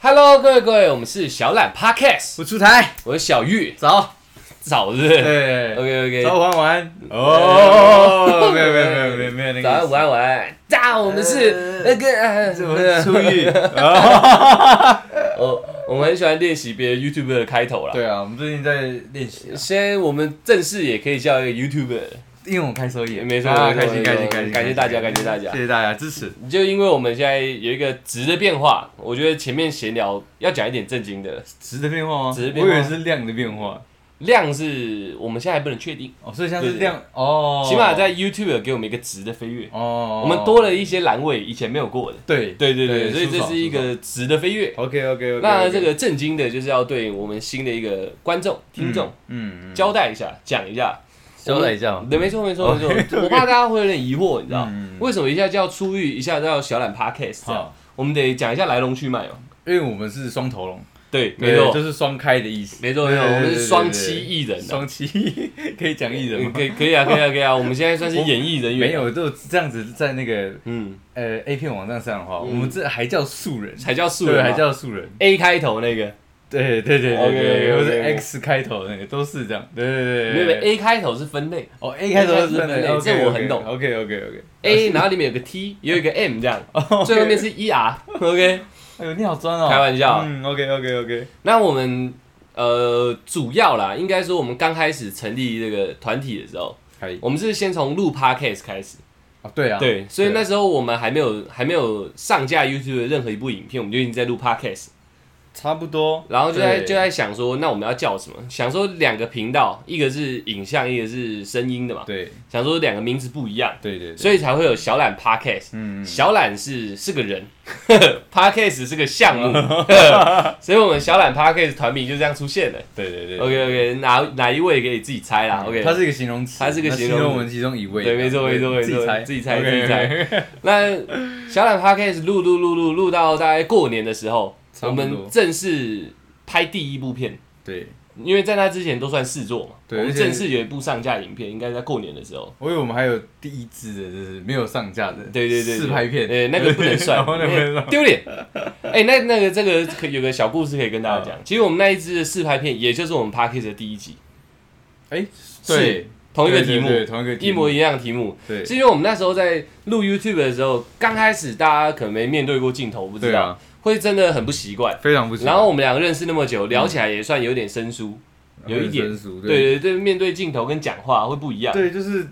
Hello，各位各位，我们是小懒 Podcast，我出台，我是小玉，早，早日对 OK 早 OK，晚晚安，哦，没有没有没有没有没有那个，早安午安，晚安，大我们是那呃个呃这我是出狱，哦，我们很喜欢练习别的 YouTube 的开头啦。对啊，我们最近在练习啊，现在我们正式也可以叫一个 YouTube，因为我开收益，没错啊没错开心没错开心开心，感谢大家感谢大家谢谢大家支持，就因为我们现在有一个值的变化，我觉得前面闲聊要讲一点正经的，值的变化吗？值的变我以化为是量的变化，量是我们现在还不能确定，哦，所以像对是对量哦，起码在 YouTube 有给我们一个值的飞跃，哦，我们多了一些栏位，以前没有过的。对对对对，所以这舒爽是一舒爽个值的飞跃。 OK OK OK，那这个震惊的，就是要对我们新的一个观众、听众，嗯嗯交代一下，讲一下，交代一下哦我们对，没错，没错，没错。我怕大家会有点疑惑，你知道嗯嗯嗯哦为什么一下叫出狱，一下叫小懒 podcast 这样好？我们得讲一下来龙去脉哦。因为我们是双头龙，对，没对，就错，是双开的意思，没错，没错，对我们对是对双对栖艺人啊，双栖可以讲艺人嗯吗？可以，可以啊，可以啊，可以啊。我们现在算是我演艺人员，啊没，有，都这样子在那个嗯，呃 A 片网站上的话，嗯我们这还叫素人，才叫素对，人嘛，还叫素人， A 开头那个，对对对对 OK，OK，OK 对，或者 X 开头的那个都是这样，对没有对对没对有对。 A 开头是分类哦，A 开头是真对对的，这我很懂 OK OK OK。 ，A 然后里面有个 T，也有一个 M 这样，哦最后面是 E ER，OK。 哎呦，你好专哦！开玩笑嗯，OK OK OK。那我们呃主要啦，应该说我们刚开始成立这个团体的时候，可以。我们是先从录 podcast 开始，哦，对啊。对，所以那时候我们还没有还没有上架 YouTube 的任何一部影片，我们就已经在录 podcast，差不多。然后就在对就在想说，那我们要叫什么？想说两个频道，一个是影像，一个是声音的嘛，对想说两个名字不一样，对对对。所以才会有小懒 podcast。嗯，嗯小懒是是个 人，podcast 是个项目， 所以我们小懒 podcast 团名就这样出现了。对对对。 OK OK，哪哪一位可以自己猜啦？OK，它嗯是一个形容词，它是一个那形容词容我们其中一位。啊对，没错没错没自己错，猜，自己猜自 OK，OK 己。猜。那小懒 podcast 录录录录录到大概过年的时候，差我不多们正式拍第一部片，对，因为在那之前都算试作嘛。对我们而且正式有一部上架影片，应该在过年的时候。我以为我们还有第一支的，就是没有上架的，对对对，试拍片，对那个不能算 然后那个不能，算丢脸。哎，那那个这个可有个小故事可以跟大家啊讲。其实我们那一支的试拍片，也就是我们 podcast 的第一集，哎，是对，同一个题目，对对对同一个一模一样的题目。对，是因为我们那时候在录 YouTube 的时候，刚开始大家可能没面对过镜头，不知对道，啊，会真的很不习惯。非常不错。然后我们两个认识那么久，聊起来也算有点生疏，有一点很生疏对对对对，面对镜头跟讲话会不一样。对，就是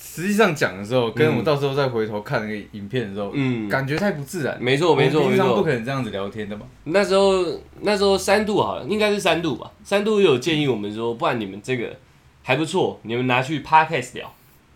实际上讲的时候，跟嗯我到时候再回头看那个影片的时候，嗯，感觉太不自然。没错没我错们没平常不错。可能这样子聊天的嘛。那时候那时候三度好了，应该是三度吧。三度有建议我们说，不然你们这个还不错，你们拿去 Podcast 聊。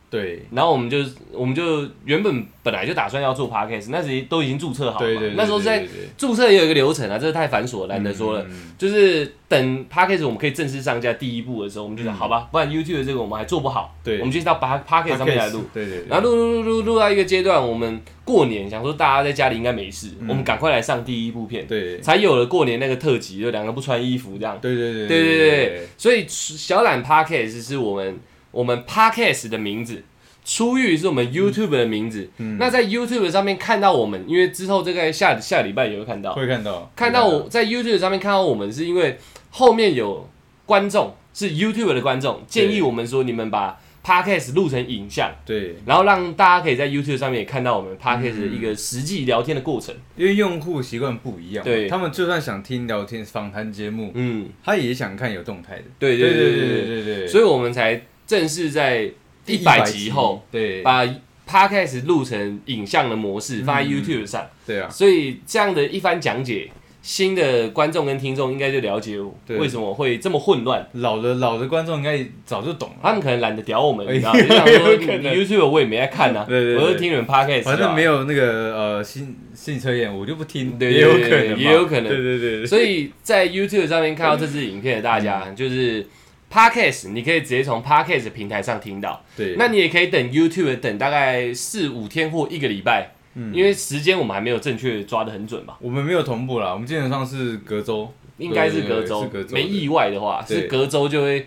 对然后我们就我们就原本本来就打算要做 Podcast，那时都已经注册好了嘛。对对，那时候在注册也有一个流程啊，这个太繁琐了，懒得说了。嗯就是等 p a c k a g e 我们可以正式上架第一步的时候，我们就想、好吧，不然 YouTube 的这个我们还做不好，嗯对我们就到 p a c k a g e 上面来录。， Podcast，对对，对然后录录录录录到一个阶段，我们过年想说大家在家里应该没事，我们赶快来上第一部片，嗯对才有了过年那个特辑，就两个不穿衣服这样。对对对对对对对，所以小懒 Podcast 是我们我们 Podcast 的名字，出狱是我们 YouTube 的名字。嗯那在 YouTube 上面看到我们，因为之后这个下下礼拜也会看到，会看到看到我在 YouTube 上面看到我们，是因为后面有观众是 YouTube 的观众建议我们说，你们把 Podcast 录成影像，对，然后让大家可以在 YouTube 上面也看到我们 Podcast 的一个实际聊天的过程。因为用户习惯不一样嘛，对他们就算想听聊天访谈节目，嗯，他也想看有动态的。对对对对对对对对对对，所以我们才正式在一百集后，对把 Podcast 录成影像的模式放在 YouTube 上，对啊，所以这样的一番讲解。新的观众跟听众应该就了解我对为什么会这么混乱，老的老的观众应该早就懂了，他们可能懒得屌我们，哎你知道吗？就想说 有可能你 YouTube 我也没在看呐、啊，对对对我就听你们 Podcast，反正没有。有那个呃心心理测验，我就不听，对也有对可对能嘛，也有可能对对对对，所以在 YouTube 上面看到这支影片的大家，嗯就是 Podcast，你可以直接从 Podcast 平台上听到。对，那你也可以等 YouTube 等大概四五天或一个礼拜，嗯因为时间我们还没有正确抓的很准吧，我们没有同步啦，我们基本上是隔周，应该是对隔对周是隔，周没的意外的话对是隔周就会，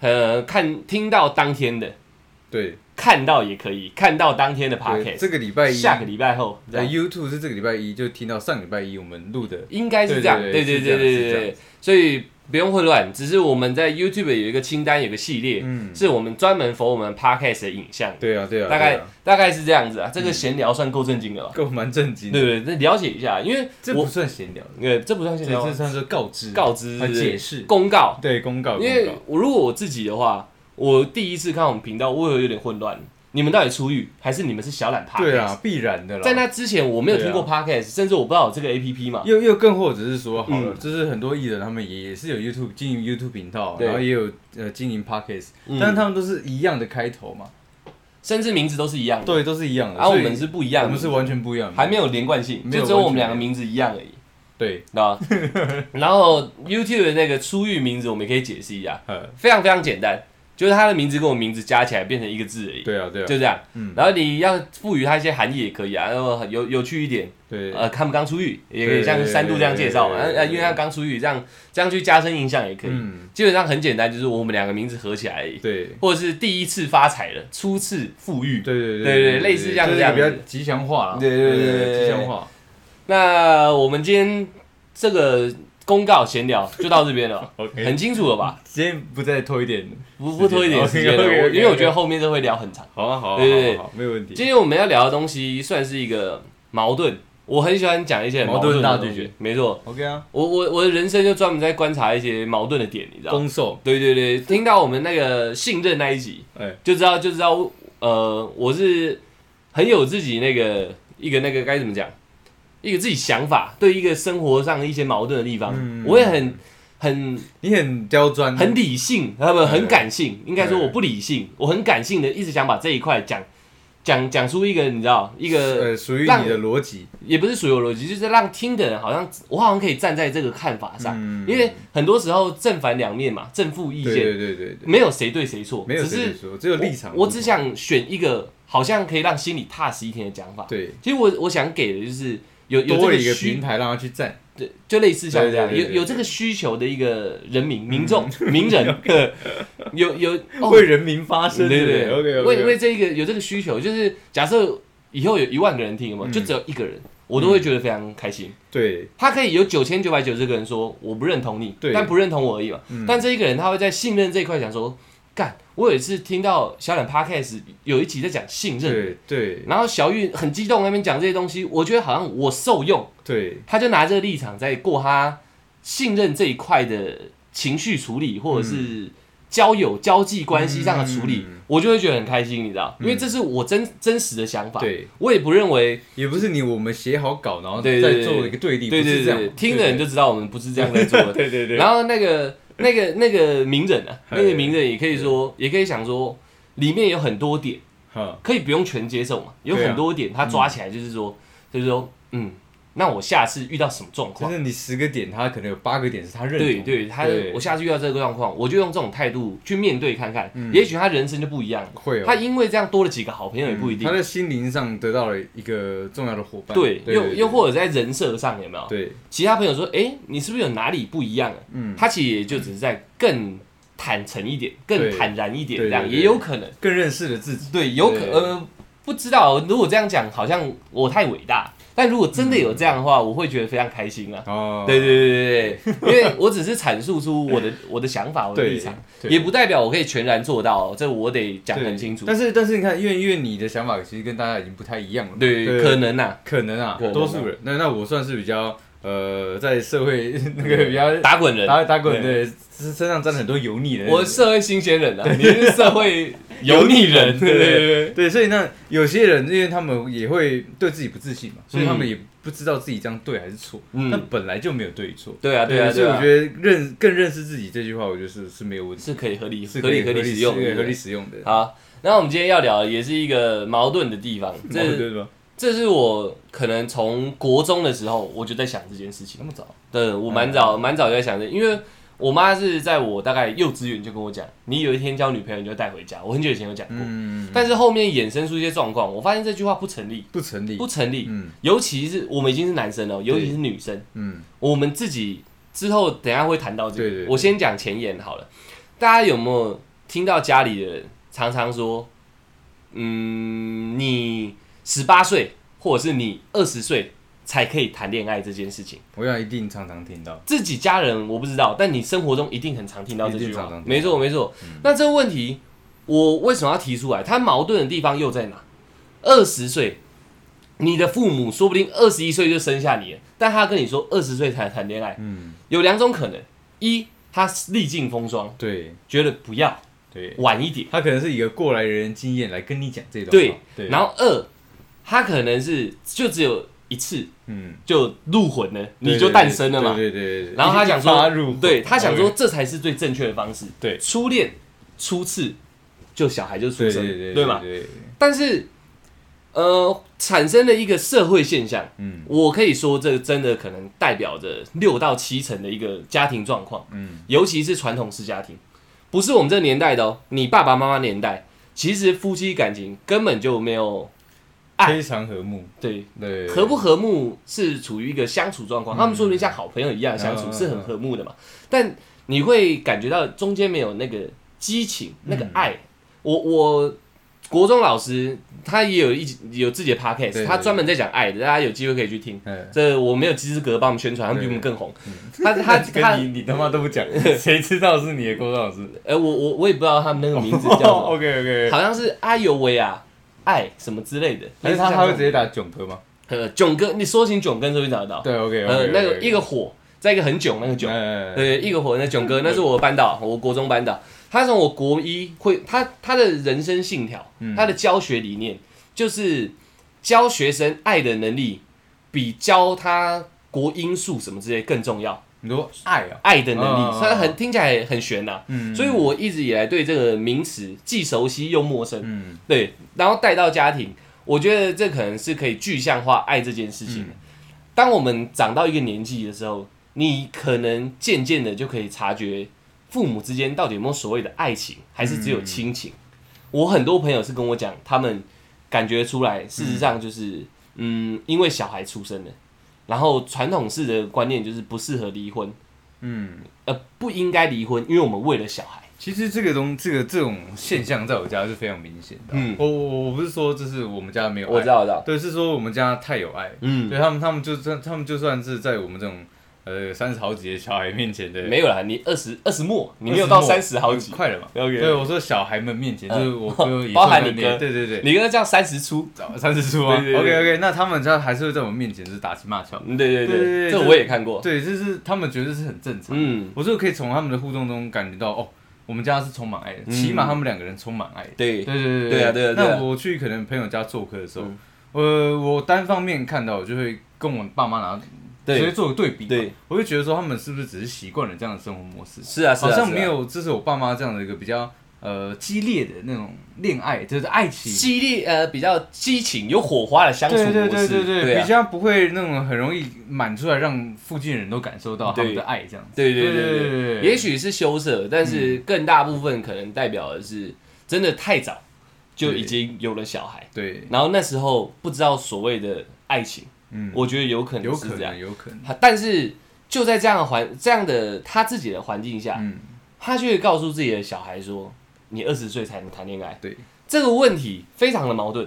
呃，看听到当天的。对看到也可以，看到当天的 p o d c 对 a 这 s 个礼拜 t 一，下个礼拜后，这呃样 YouTube 是这个礼拜一，就听到上礼拜一我们录的，应该是这样，对对对对对对对是这样是对这样对，所以不用混乱，只是我们在 YouTube 有一个清单，有个系列，嗯，是我们专门 for 我们 podcast 的影像，对啊对啊，大概、对啊大概是这样子啊，这个闲聊算够正经的吧？够蛮震惊对的，不对？那了解一下，因为嗯这不我算闲聊，呃这不算这闲聊这啊，算是告知，告知是啊不是解释公告，对公告，因为我如果我自己的话，我第一次看我们频道，我有有点混乱。你们到底出狱，还是你们是小懒 podcast？公告对啊，必然的啦，在那之前我没有听过对啊 podcast，、甚至我不知道有这个 app 嘛。又又更或者是说，好了，嗯就是很多艺人他们也也是有 YouTube 经营 YouTube 频道，啊对然后也有呃经营 Podcast，、嗯但是他们都是一样的开头嘛，甚至名字都是一样的，对，都是一样的。然后、所啊我以们是不一样的，我们是完全不一样的，还没有连贯性，没有就只有我完们全没两有个名字一样而已，对，知道吧？ 然后 YouTube 的那个出狱名字，我们也可以解释一下，呃，非常非常简单，就是他的名字跟我名字加起来变成一个字而已，对啊，对啊，就这样。嗯，然后你要赋予它一些含义也可以啊，然后有有趣一点，对，呃，他们刚出狱也可以对像对三度这样介绍嘛，对对对呃，因为他刚出狱，这样这样去加深印象也可以。嗯，基本上很简单，就是我们两个名字合起来而已，对，或者是第一次发财了，初次富裕。对对对对类似像就是这样比子较吉祥话啦，对对对对对吉祥话，那我们今天这个公告闲聊就到这边了 OK 很清楚了吧？今天不再拖一点，不不拖一点时间了，我 OK，OK，OK，OK 因为我觉得后面这会聊很长。好啊，好啊，对对对好啊好啊没有问题，今天我们要聊的东西算是一个矛盾，我很喜欢讲一些很矛盾的矛盾大东西对决，没错， OK 啊，我我我的人生就专门在观察一些矛盾的点，你知道吗？攻受，对啊对对，听到我们那个信任那一集，哎，就知道就知道，呃，我是很有自己那个一个那个该怎么讲，一个自己想法，对一个生活上的一些矛盾的地方，嗯我也很很你很刁钻，很理性，呃不很感性，应该说对我不理性，我很感性的，一直想把这一块讲讲讲出一个你知道一个呃，属于让你的逻辑，也不是所有逻辑，就是让听的人好像我好像可以站在这个看法上，嗯因为很多时候正反两面嘛，正负意对见。对对对对，没有谁对谁错，没有只谁是能说，只有立场我。我只想选一个好像可以让心里踏实一点的讲法。对其实我我想给的就是有有这多了一个需平，台让他去站，对，就类似像这样对对对对有有这个需求的一个人民民众名 人，呃有有哦，为人民发声。对对对，OK 为 OK。为这个有这个需求，就是假设以后有一万个人听嘛，嗯就只有一个人，我都会觉得非常开心。对他可以有九千九百九十个人说我不认同你，对但不认同我而已嘛。嗯但这一个人他会在信任这一块讲说，干，我有一次听到小冉 podcast 有一集在讲信任，对对然后小玉很激动在那边讲这些东西，我觉得好像我受用，对，他就拿这个立场在过他信任这一块的情绪处理，或者是交友交际关系上的处理，嗯我就会觉得很开心，你知道，因为这是我真真实的想法，对我也不认为也不是你我们写好稿，然后对再对做一个对立，对不对是这对，样。听的人就知道我们不是这样在做的。 对对对然后那个那个那个名人啊，嗨那个名人也可以说，也可以想说，里面有很多点哈，可以不用全接受嘛，有对啊很多点他抓起来就是说，就是说，嗯，那我下次遇到什么状就况？是你十个点，他可能有八个点是他认同对的。对，他对我下次遇到这个状况，我就用这种态度去面对看看，也许他人生就不一样了。会哦他因为这样多了几个好朋友也不一定他。在心灵上得到了一个重要的伙伴。对，又又或或者在人设上有没有？对其他朋友说：“哎、你是不是有哪里不一样啊？”嗯，他其实也就只是在更坦诚一点、更对坦然一点，这对样对对也有可能。更认识了自己。对，有可对呃，不知道。如果这样讲，好像我太伟大。但如果真的有这样的话，我会觉得非常开心啊。哦，对对对对对， 因为我只是阐述出我 的我的想法、我的对立场，对也不代表我可以全然做到哦，这我得讲对很清楚。但是但是你看，因为因为你的想法其实跟大家已经不太一样了嘛。对，可能呐，可能啊可能啊，多数人。那那我算是比较呃，在社会那个比较打滚人，打打滚对的，身身上沾了很多油腻的那种。我是社会新鲜人啊，你是社会油腻人，对 对对对对。对对，所以那有些人，因为他们也会对自己不自信嘛，所以他们也不知道自己这样对还是错。嗯那本来就没有对与错。对啊，对啊，所以对我啊，觉得认更认识自己这句话，我觉得是是没有问题，是可以合理、是合理、可合以理使用是可以的。合理使用的。好，那我们今天要聊的也是一个矛盾的地方，哦这对吧？这是我可能从国中的时候我就在想这件事情那。么早，对，我蛮早嗯蛮早就在想这，因为我妈是在我大概幼稚园就跟我讲，你有一天交女朋友你就带回家。我很久以前有讲过，嗯，但是后面衍生出一些状况，我发现这句话不成立，不成立，不成立。嗯尤其是我们已经是男生了，尤其是女生，嗯，我们自己之后等一下会谈到这个，对对对我先讲前言好了。大家有没有听到家里的人常常说嗯，你十八岁或者是你二十岁才可以谈恋爱这件事情，我想一定常常听到，自己家人我不知道，但你生活中一定很常听到这句一定常话常。听嗯没错，没错。那这个问题，我为什么要提出来？它矛盾的地方又在哪？二十岁，你的父母说不定二十一岁就生下你了，但他跟你说二十岁才谈恋爱，嗯，有两种可能：一，他历尽风霜，对觉得不要对，晚一点。他可能是一个过来人的经验来跟你讲这段话，对，对，然后后二，他可能是就只有一次嗯，就入魂了，你对就对诞生了嘛。对对对对，对然后他想一发说入，魂对他想说对这才是最正确的方式。对初恋、初次，就小孩就出对生，对对对嘛？对，对但是，呃，产生了一个社会现象，嗯我可以说这真的可能代表着六到七成的一个家庭状况。嗯，尤其是传统式家庭，不是我们这个年代的哦，你爸爸妈妈年代，其实夫妻感情根本就没有爱非常和睦，对对，哎和不和睦是处于一个相处状况，他们说不定像好朋友一样相处嗯是很和睦的嘛，但你会感觉到中间没有那个激情、嗯那个爱。我我国中老师他也有一集有自己的 podcast，对他专门在讲爱的，大家有机会可以去听。嗯，这我没有资格帮他们宣传，他们比我们更红。他他他他嗯 跟你你他妈都 不讲，谁知道是你的郭老师？呃，我我我也不知道他们那个名字叫什么， OK OK，好像是哎呦喂啊，爱什么之类的。但是他他会直接打囧哥吗？呃囧哥，你搜寻囧哥就会找得到。对 OK，呃，那个一个火，在一个很囧那个囧，囧，呃对，一个火那囧嗯哥，那是我班导，我国中班导。他从我国一会，他他的人生信条，嗯他的教学理念就是教学生爱的能力比教他国音数什么之类更重要，你说爱啊，爱的能哦哦力，哦虽然很听起来很玄呐、嗯所以我一直以来对这个名词既熟悉又陌生。嗯对，然后带到家庭，我觉得这可能是可以具象化爱这件事情嗯的。当我们长到一个年纪的时候，你可能渐渐的就可以察觉父母之间到底有没有所谓的爱情，还是只有亲情。我很多朋友是跟我讲，他们感觉出来，事实上就是，嗯因为小孩出生了，然后传统式的观念就是不适合离婚，嗯，呃，不应该离婚，因为我们为了小孩。其实这个东这个这种现象在我家是非常明显的啊。嗯我我我不是说就是我们家没有爱，我知道，我知道，对，是说我们家太有爱，嗯，对他们他们就算他们就算是在我们这种呃三十好几的小孩面前的，没有啦，你二十二十末，你没有到三十好几，快了嘛。 OK 嗯对，我说小孩们面前，就是我哥也包含你坐在那边哥对对对，你跟他叫三十出，三十出啊。对对对 OK OK，那他们家还是会在我们面前就是打情骂俏，嗯对对对对对，对这这我也看过。对，这是他们觉得是很正常。嗯，我就可以从他们的互动中感觉到，哦，我们家是充满爱的，嗯起码他们两个人充满爱的。对对，对对对啊对啊对啊那我去可能朋友家做客的时候嗯，呃，我单方面看到，我就会跟我爸妈拿。对直接做个对比嘛，对我就觉得说他们是不是只是习惯了这样的生活模式，是啊，是啊好像是啊没有，这是我爸妈这样的一个比较呃激烈的那种恋爱，就是爱情激烈呃比较激情有火花的相处模对式，对对对对对，啊比较不会那种很容易满出来，让附近人都感受到他们的爱这样子。对对对对对对对也许是羞涩，但是更大部分可能代表的是真的太早就已经有了小孩，对，然后那时候不知道所谓的爱情，嗯，我觉得有可有能可是这样能，。有可能，他但是就在这样的环这样的他自己的环境下，嗯，他却告诉自己的小孩说：“你二十岁才能谈恋爱。”对这个问题非常的矛盾。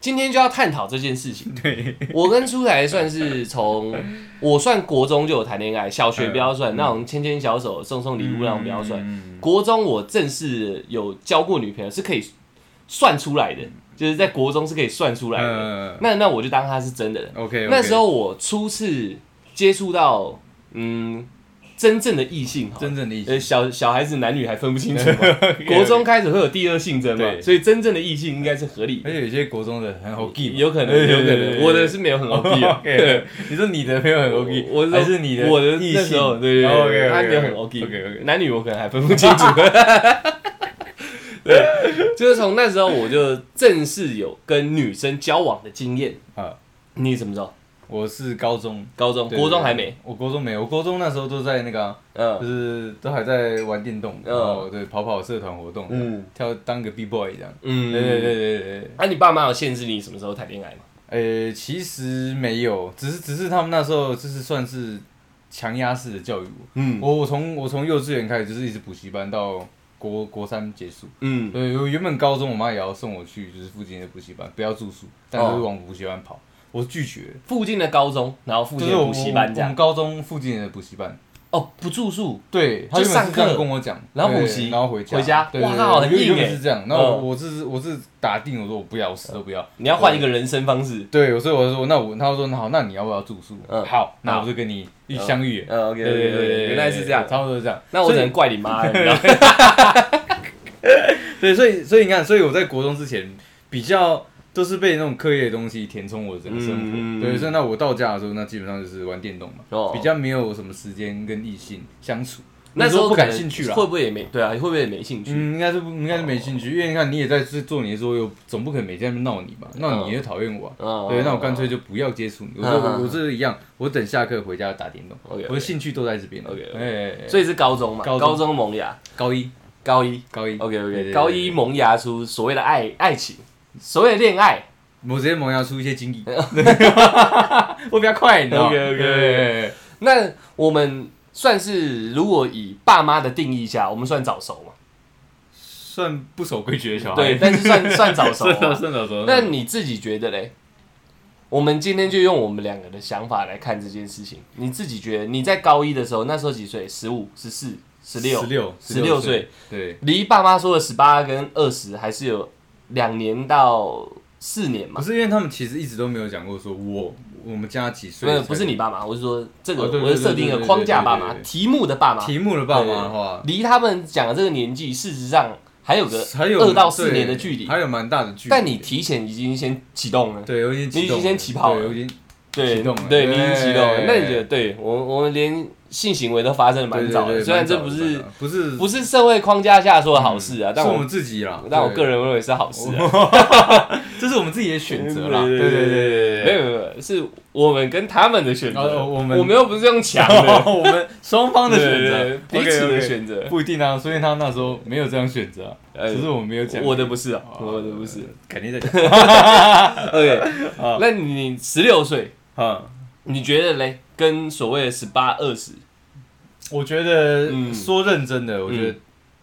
今天就要探讨这件事 情。对，我跟出台算是从我算国中就有谈恋爱，小学不要算，那种牵牵小手、送送礼物那种不要算。嗯，国中我正式有交过女朋友是可以算出来的，就是在国中是可以算出来的。嗯那那我就当它是真的了。 ，OK，那时候我初次接触到嗯真正的异性哈，真正的意思呃，小小孩子男女还分不清 楚嘛，国中开始会有第二性征嘛，对所以真正的异性应该是合理的而，且有些国中的很 OK，有可能，有可能，我的是没有很 OK 啊， OK，你说你的朋友很 OK，我还是你的我的异那时候，性，对对对， OK，他没有很 OK， OK，OK，男女我可能还分不清楚。 对，就是从那时候我就正式有跟女生交往的经验。啊，你什么时候？我是高中，高中、对哦国中还没，，我国中没有，我国中那时候都在那个啊。就嗯是都还在玩电动，嗯然后对跑跑社团活动，嗯跳当个 B boy 这样。嗯，对对对对对对，那、啊你爸妈有限制你什么时候谈恋爱吗？呃，其实没有，只是只是他们那时候就是算是强压式的教育我。嗯，我我从我从幼稚园开始就是一直补习班到国国三结束。嗯，对，我呃原本高中我妈也要送我去，就是附近的补习班，不要住宿，但哦是会往补习班跑，我拒绝。附近的高中，然后附就近是的我补习班这我们样。高中附近的补习班，哦，不住宿，对，他就原本是上课这样跟我讲，然后对补习然后回家，回家对哇对靠对很原本硬原本欸是这样，然嗯后我我是我是打定，我说我不要，死都不要。你要换一个人生方式。对，所以我就说那我，他说那好，那你要不要住宿？嗯好，那我就跟你一嗯相遇了。嗯，OK，对对对对，原来是这样对。差不多是这样。那我只所以能怪你妈了，你知道 吗对，所以所以你看，所以我在国中之前比较都是被那种课业的东西填充我的整个生活。嗯嗯嗯对，所以那我到家的时候，那基本上就是玩电动嘛，哦比较没有什么时间跟异性相处。那时候不可能感兴趣了会。不会也没对啊？会不会也没兴趣？嗯，应该是不应该是没兴趣，因为你看你也在是做你的作业，总不可能每天在那边闹你吧？闹你也讨厌我、啊。嗯对，那我干脆就不要接触你。嗯嗯我这嗯我这一样，我等下课回家打电动，哦 OK，OK 我的兴趣都在这边。 OK，OK 哎，所以是高中嘛，高中高中萌芽，高一高一高一 OK 对对 OK，对高一萌芽出所谓的爱爱情，所谓的恋爱，我直接萌芽出一些精力，我比较快，你知道吗 OK，OK，OK 对那我们算是如果以爸妈的定义下，我们算早熟嘛？算不守规矩的小孩，对，但是算算早熟算早嘛。算早熟。那你自己觉得嘞？我们今天就用我们两个的想法来看这件事情。你自己觉得你在高一的时候，那时候几岁？十五、十四、十六、十六十六岁岁，，对，离爸妈说的十八跟二十还是有两年到四年不嘛？是因为他们其实一直都没有讲过说我我们家几岁不是，才不是你爸妈，我是说这个，哦对对我是设定一个对对对框架爸对妈对对对题目的爸妈，题目的爸妈的话，离他们讲的这个年纪，事实上还有个还有二到四年的对距离还有蛮大的距离。但你提前已经先启动了，对，我已经你已经动了先起泡了对我已经对，启动了对，你已经启动了。对那你觉得，对我我们连性行为都发生的蛮早对的，对对虽然蛮早这的不蛮是早的不是不是社会框架下说的好事啊，但是我我们自己啦，但我对个人认为是好事啊。这是我们自己的选择啦，对对对对对对对没有对对。没有没有，是我们跟他们的选择，哦我们哦我们又不是用抢然的，后我们双方的选对择，对对彼此的 OK，OK 选择不一定啊，所以他那时候没有这样选择啊，呃只是我们没有讲。 呃我的不是哦啊，我的不是。肯定在 OK，那哦你十六岁，啊。你觉得嘞？跟所谓的十八二十，我觉得嗯说认真的，我觉得嗯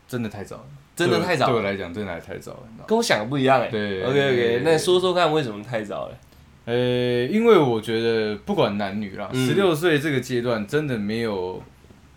真的太早了，真的太早对我了，来讲真的还太早了。你知道吗跟我想的不一样哎。对，OK 对对 OK，对那说说看为什么太早了？呃，因为我觉得不管男女啦，嗯十六岁这个阶段真的没有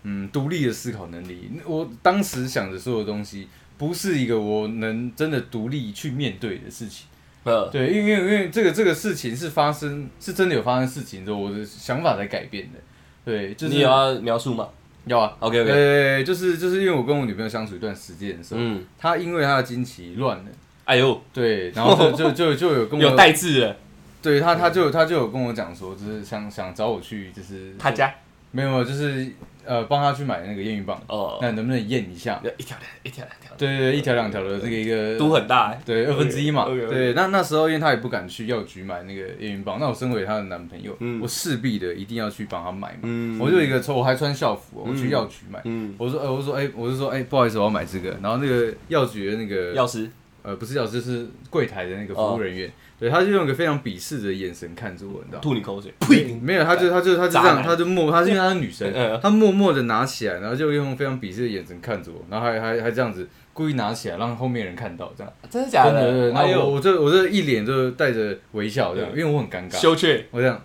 嗯独立的思考能力。我当时想的所有东西，不是一个我能真的独立去面对的事情。呃，对，因为因为这个这个事情是发生，是真的有发生事情之后，我的想法才改变的。对，就是你有啊要描述吗要啊， ？OK OK，呃，就是就是因为我跟我女朋友相处一段时间的时候，嗯，她因为她的经期乱了，哎呦，对，然后就就就就有跟我有带字了，对他，他就他就有跟我讲说，就是想想找我去，就是他家没有没有，就是呃帮他去买那个验孕棒，哦，那能不能验一下？一条两一条两条，对对对，一条两条的这个一个都很大哎，对二分之一嘛。 OK，OK，OK 对，那那时候因为他也不敢去药局买那个验孕棒，那我身为她的男朋友，嗯我势必的一定要去帮他买嘛。嗯我就有一个抽，我还穿校服哦、我嗯去药局买。嗯，我说，呃，我说，哎、我就说，哎、不好意思，我要买这个。然后那个药局的那个药哦师，呃，不是药，就是柜台的那个服务人员，对，他就用一个非常鄙视的眼神看着我，你知道吗？吐你口水，没没有，他就他就他就哎渣这样，男他就默，他是因为他是 女嗯生，他默默的拿起来，然后就用非常鄙视的眼神看着我，然后还还还这样子故意拿起来让后面人看到，这样真的假真的，的？对然后我哎呦，我这我这一脸就带着微笑这样，因为我很尴尬，羞怯，我 这样。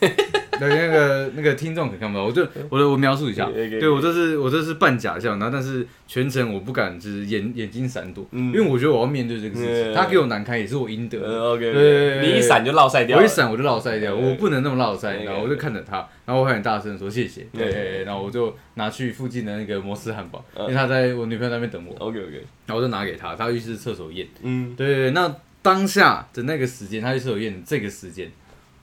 对，那个那个听众可能看不到，我就嗯我的我描述一下，可以可以对我这是我这是半假笑，然后但是全程我不敢就是眼眼睛闪躲，嗯因为我觉得我要面对这个事情，嗯他给我难堪也是我应得的，呃，OK，对你一闪就落晒掉我了一，闪我就落塞掉，对我不能那么落塞，对然后对我就看着他，然后我还很大声说谢谢，对对，然后我就拿去附近的那个摩斯汉堡，嗯因为他在我女朋友那边等我， ，OK OK，然后我就拿给他，他去是厕所验，嗯，对对，那当下的那个时间，他去厕所验这个时间，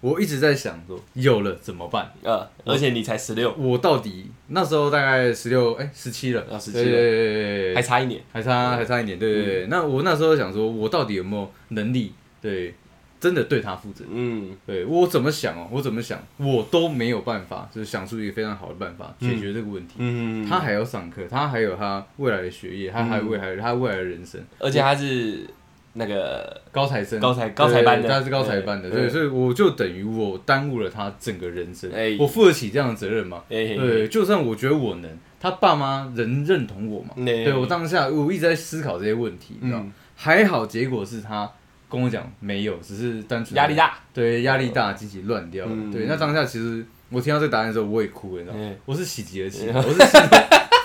我一直在想说有了怎么办？呃，而且你才十六，我到底那时候大概十六哎十七了，啊17对对对对对对还差一年，还差还差一点，对对对，那我那时候想说，我到底有没有能力对真的对他负责？嗯对我怎么想哦，我怎么想，我都没有办法，就是想出一个非常好的办法解决这个问题。嗯，他还要上课，他还有他未来的学业，他还有未来、他未来的人生。而且他是那个高材生，高材高材班的对他是高材班的，对对，所以我就等于我耽误了他整个人生哎，我负得起这样的责任吗？哎对，就算我觉得我能，他爸妈能认同我吗？嗯对我当下我一直在思考这些问题，你知道嗯，还好结果是他跟我讲没有，只是单纯压力，大，对，压力大，自己乱掉了嗯。对，那当下其实我听到这个答案的时候，我也哭了，你知道吗嗯？我是喜极而泣，我是心里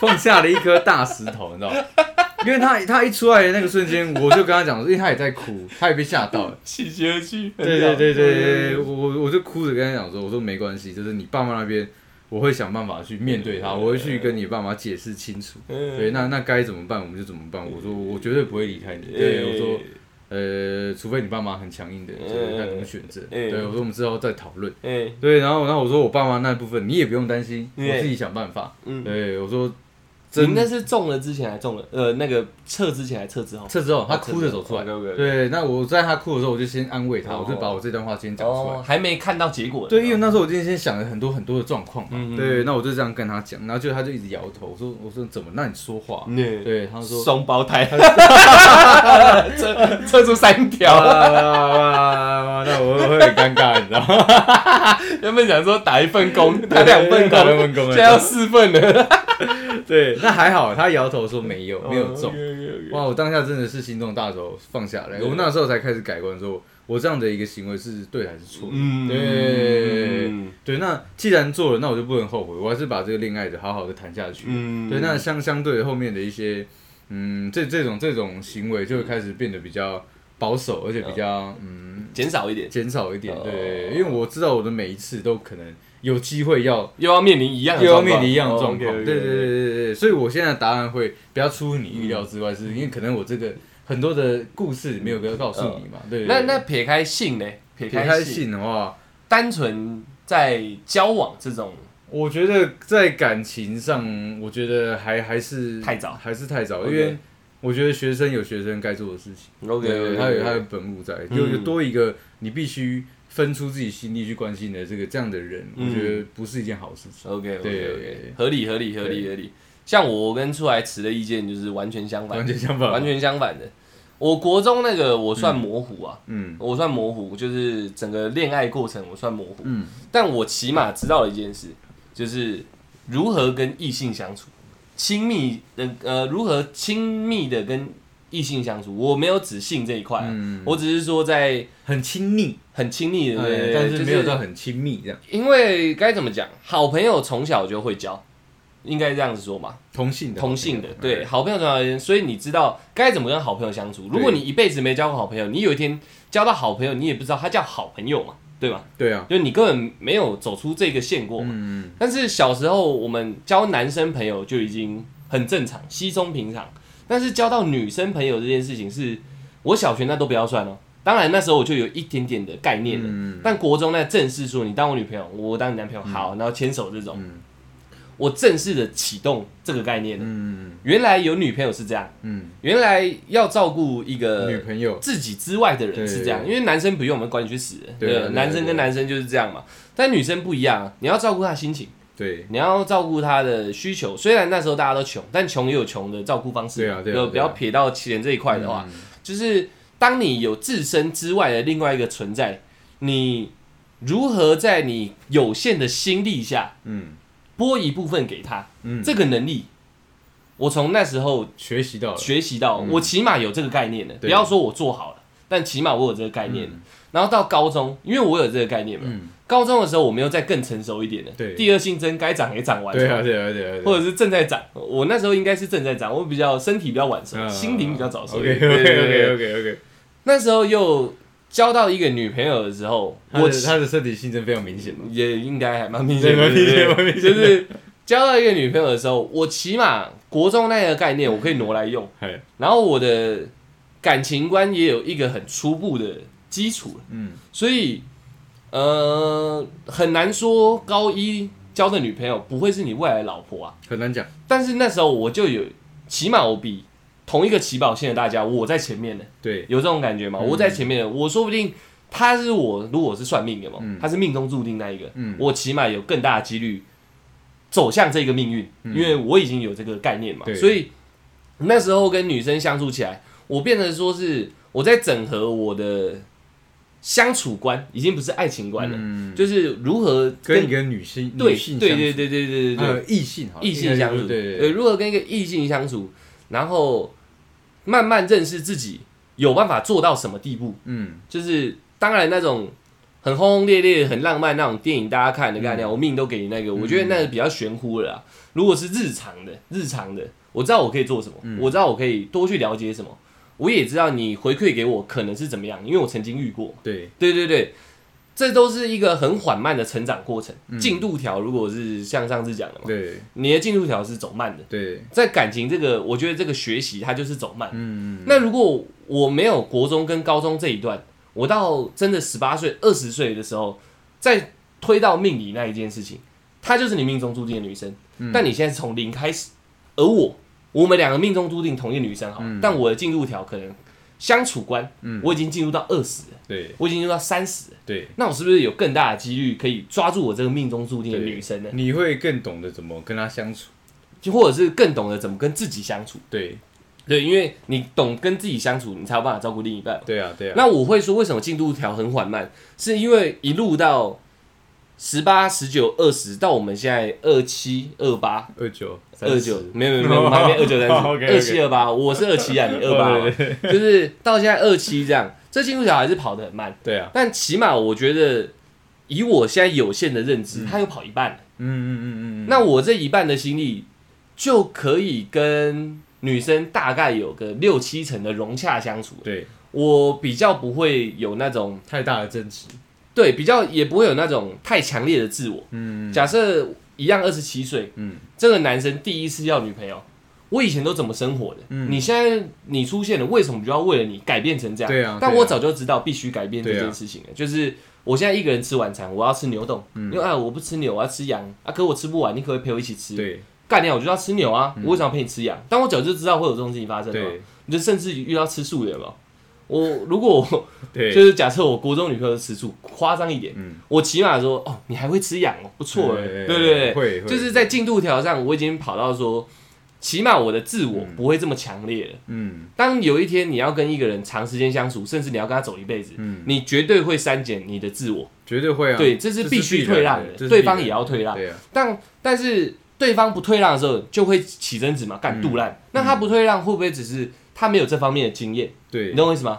放下了一颗大石头，你知道吗？因为他他一出来的那个瞬间，我就跟他讲，因为他也在哭，他也被吓到了。气急而泣，对对对对对，我我我就哭着跟他讲说，我说没关系，就是你爸妈那边，我会想办法去面对他，我会去跟你爸妈解释清楚。嗯对，那那该怎么办我们就怎么办。我说我绝对不会离开你。哎对，我说呃，除非你爸妈很强硬的，就是看怎么选择。嗯对，我说我们之后再讨论。哎，对，然后然后我说我爸妈那部分你也不用担心，对我自己想办法。嗯，对，我说你真那是中了之前还中了，呃，那个测之前还测之后，这之后他哭着走出来。 OK，OK，OK 对，那我在他哭的时候，我就先安慰他，哦我就把我这段话先讲出来哦，。还没看到结果呢，对，因为那时候我今天先想了很多很多的状况嗯嗯嘛，对，那我就这样跟他讲，然后就他就一直摇头，我说我说怎么？那你说话？嗯对，他说双胞胎， 测测出三条，啊，那我会很尴尬，你知道吗？原本想说打一份工，打两份打两工，份工现在要四份了，对，那还好，他摇头说没哦有，没有中。 OK，OK，OK，哇，我当下真的是心中大手放下来，我那时候才开始改观，说我这样的一个行为是对还是错的？嗯，对嗯对，那既然做了，那我就不能后悔，我还是把这个恋爱的好好的谈下去。嗯，对，那相相对后面的一些，嗯，这这种这种行为就会开始变得比较保守，而且比较嗯减少一点，减少一点。对，哦因为我知道我的每一次都可能有机会要又要面临一样的又要状况，面临一样的哦状况。对 OK，OK，OK 对对对对，所以我现在的答案会比较出乎你预料之外，嗯是因为可能我这个很多的故事没有跟告诉你嘛。对，对嗯那对那撇开性呢？撇撇开开性，性的话，单纯在交往这种，我觉得在感情上，我觉得还还是太早还是太早， OK 因为我觉得学生有学生该做的事情。对，他有他的本物在，嗯就有多一个你必须分出自己心力去关心的这个这样的人，我嗯觉得不是一件好事情。 OK OK 对 OK，合理合理合理合理。像我跟出来词的意见就是完全相反，完全相反完全相反的。我国中那个我算模糊啊，嗯我算模糊，就是整个恋爱过程我算模糊，嗯，但我起码知道了一件事，就是如何跟异性相处，亲密的呃如何亲密的跟异性相处。我没有指性这一块啊、嗯我只是说在很亲密，很亲密的，对哎但是没有就到很亲密这样。因为该怎么讲，好朋友从小就会交，应该这样子说嘛。同性的同性的好，朋友对，，好朋友重要的人，所以你知道该怎么跟好朋友相处。如果你一辈子没交过好朋友，你有一天交到好朋友，你也不知道他叫好朋友嘛，对吧？对啊，就你根本没有走出这个线过嘛。嗯，但是小时候我们交男生朋友就已经很正常、稀松平常，但是交到女生朋友这件事情是，我小学那都不要算哦。当然那时候我就有一点点的概念了，嗯但国中那正式说你当我女朋友，我当你男朋友，好，然后牵手这种，嗯我正式的启动这个概念了。嗯原来有女朋友是这样，嗯，原来要照顾一女个朋友，自己之外的人是这样，对因为男生不用我们管你去死，对啊对对，男生跟男生就是这样嘛。但女生不一样啊，你要照顾她心情，对你要照顾她的需求。虽然那时候大家都穷，但穷也有穷的照顾方式嘛。对啊对啊就对啊嗯不要撇到钱这一块的话，就是当你有自身之外的另外一个存在，你如何在你有限的心力下嗯拨一部分给他，嗯，这个能力，我从那时候学习到了，学习到，我起码有这个概念了。不嗯对要说我做好了，但起码我有这个概念了。然后到高中，因为我有这个概念嘛，嗯，高中的时候我们又再更成熟一点了。对第二性征该长也长完了，对啊对啊对啊，或者者是正在长。我那时候应该是正在长，我比较身体比较晚熟，嗯心灵比较早熟。 OK 对 OK 对对对 OK OK OK，那时候又交到一个女朋友的时候，我我他的身体性征非常明显嘛，也应该还蛮明显的，对蛮明显对对蛮明显就的是交到一个女朋友的时候，我起码国中那个概念我可以挪来用。哎，然后我的感情观也有一个很初步的基础了嗯所以呃很难说高一交的女朋友不会是你未来的老婆啊。很难讲，但是那时候我就有，起码我比同一个起跑线的大 家，我在前面呢，对，有这种感觉吗？嗯我在前面的，我说不定他是我，如果是算命的嘛，嗯他是命中注定那一个，嗯我起码有更大的几率走向这个命运，嗯因为我已经有这个概念嘛，对所以那时候跟女生相处起来，我变得说是我在整合我的相处观，已经不是爱情观了，嗯，就是如何跟一个女性对女性对相对处对对对对对呃异性好了异性相处，对对对，对，如何跟一个异性相处，然后慢慢认识自己，有办法做到什么地步？嗯，就是当然那种很轰轰烈烈、很浪漫那种电影，大家看的概念，我命都给你那个，我觉得那个比较玄乎了啦。如果是日常的、日常的，我知道我可以做什么，我知道我可以多去了解什么，我也知道你回馈给我可能是怎么样，因为我曾经遇过。对，对对对，这都是一个很缓慢的成长过程。进度条如果是像上次讲的嘛，对你的进度条是走慢的，对，在感情这个，我觉得这个学习它就是走慢。嗯，那如果我没有国中跟高中这一段，我到真的十八岁、二十岁的时候，再推到命理那一件事情，她就是你命中注定的女生。但你现在是从零开始，而我，我们两个命中注定同一个女生好了，但我的进度条可能相处观，我已经进入到二十了，对我已经进入到三十了，对，那我是不是有更大的几率可以抓住我这个命中注定的女生呢？你会更懂得怎么跟她相处，就或者是更懂得怎么跟自己相处？对对，因为你懂跟自己相处，你才有办法照顾另一半嘛。对啊对啊，那我会说，为什么进度条很缓慢？是因为一路到十八、十九、二十，到我们现在二七、二八、二九二九，没有没有 没有，我们还没二九哦 OK，OK 哦三十，二七、二八，我是二七啊，你二八，就是到现在二七这样，这进度条还是跑得很慢。对啊，但起码我觉得，以我现在有限的认知，他又跑一半了，嗯嗯嗯嗯嗯，那我这一半的心力就可以跟女生大概有个六七成的融洽相处了。对，我比较不会有那种太大的争执，对，比较也不会有那种太强烈的自我。嗯假设一样二十七岁，嗯这个男生第一次要女朋友，我以前都怎么生活的？嗯你现在你出现了，为什么就要为了你改变成这样？对啊但对啊啊我早就知道必须改变这件事情了，就是。我现在一个人吃晚餐，我要吃牛冻，嗯因为啊我不吃牛，我要吃羊啊，可我吃不完，你可不可以陪我一起吃？对嗯干掉我就要吃牛啊，我为什么要陪你吃羊？但我早就知道会有这种事情发生的嘛，对你就甚至遇到吃素的有没有？我如果我对，就是假设我国中女朋友吃醋，夸张一点，嗯我起码说哦，你还会吃羊哦，不错哎，对对对，会会就是在进度条上，我已经跑到说，起码我的自我不会这么强烈了。嗯当有一天你要跟一个人长时间相处，甚至你要跟他走一辈子，嗯，你绝对会删减你的自我，绝对会啊，对，这是必须退让这的，是必然对方也要退让。对啊，但但是对方不退让的时候，就会起争执嘛，干杜嗯烂。那他不退让，会不会只是他没有这方面的经验？对你，懂我意思吗？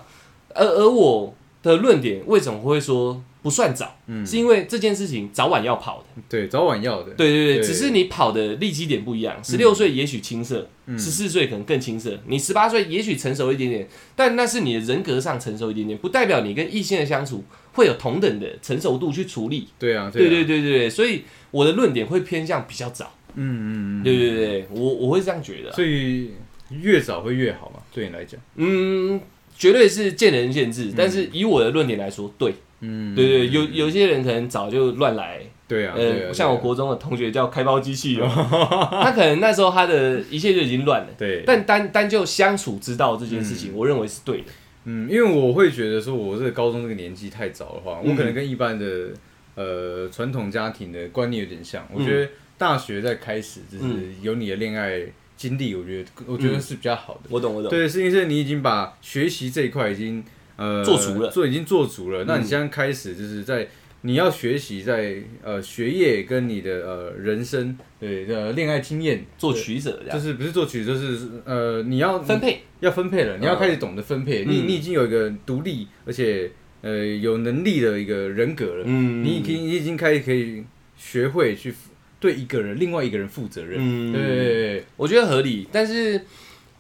而而我的论点为什么会说不算早，嗯是因为这件事情早晚要跑的。对，早晚要的，对对对，对嗯只是你跑的利基点不一样。十六岁也许青涩，十四岁可能更青涩，你十八岁也许成熟一点点，但那是你的人格上成熟一点点，不代表你跟异性的相处会有同等的成熟度去处理。对啊，对啊对，对对对，所以我的论点会偏向比较早。嗯嗯嗯，对对对对，我我会这样觉得啊。所以越早会越好嘛，对你来讲，嗯，绝对是见仁见智，但是以我的论点来说，对。嗯，对对，有有些人可能早就乱来，对啊，对啊，呃，像我国中的同学叫开包机 器人，他可能那时候他的一切就已经乱了。对，但单单就相处之道这件事情，我认为是对的。嗯，因为我会觉得说，我这个高中这个年纪太早的话，嗯我可能跟一般的呃传统家庭的观念有点像。我嗯觉得大学在开始，就是有你的恋爱经历，我觉得我觉得是比较好的。我嗯懂，我懂。对，是因为是你已经把学习这一块已经呃做足了嗯做已经做足了。那你现在开始就是在你要学习在呃学业跟你的呃人生对呃恋爱经验做取舍这就样是不是作曲，就是呃，你要分配，要分配了，你要开始懂得分嗯配。你你已经有一个独立，而且呃有能力的一个人格了。嗯你已经你已经开始可以学会去对一个人、另外一个人负责任。嗯对对对我觉得合理。但是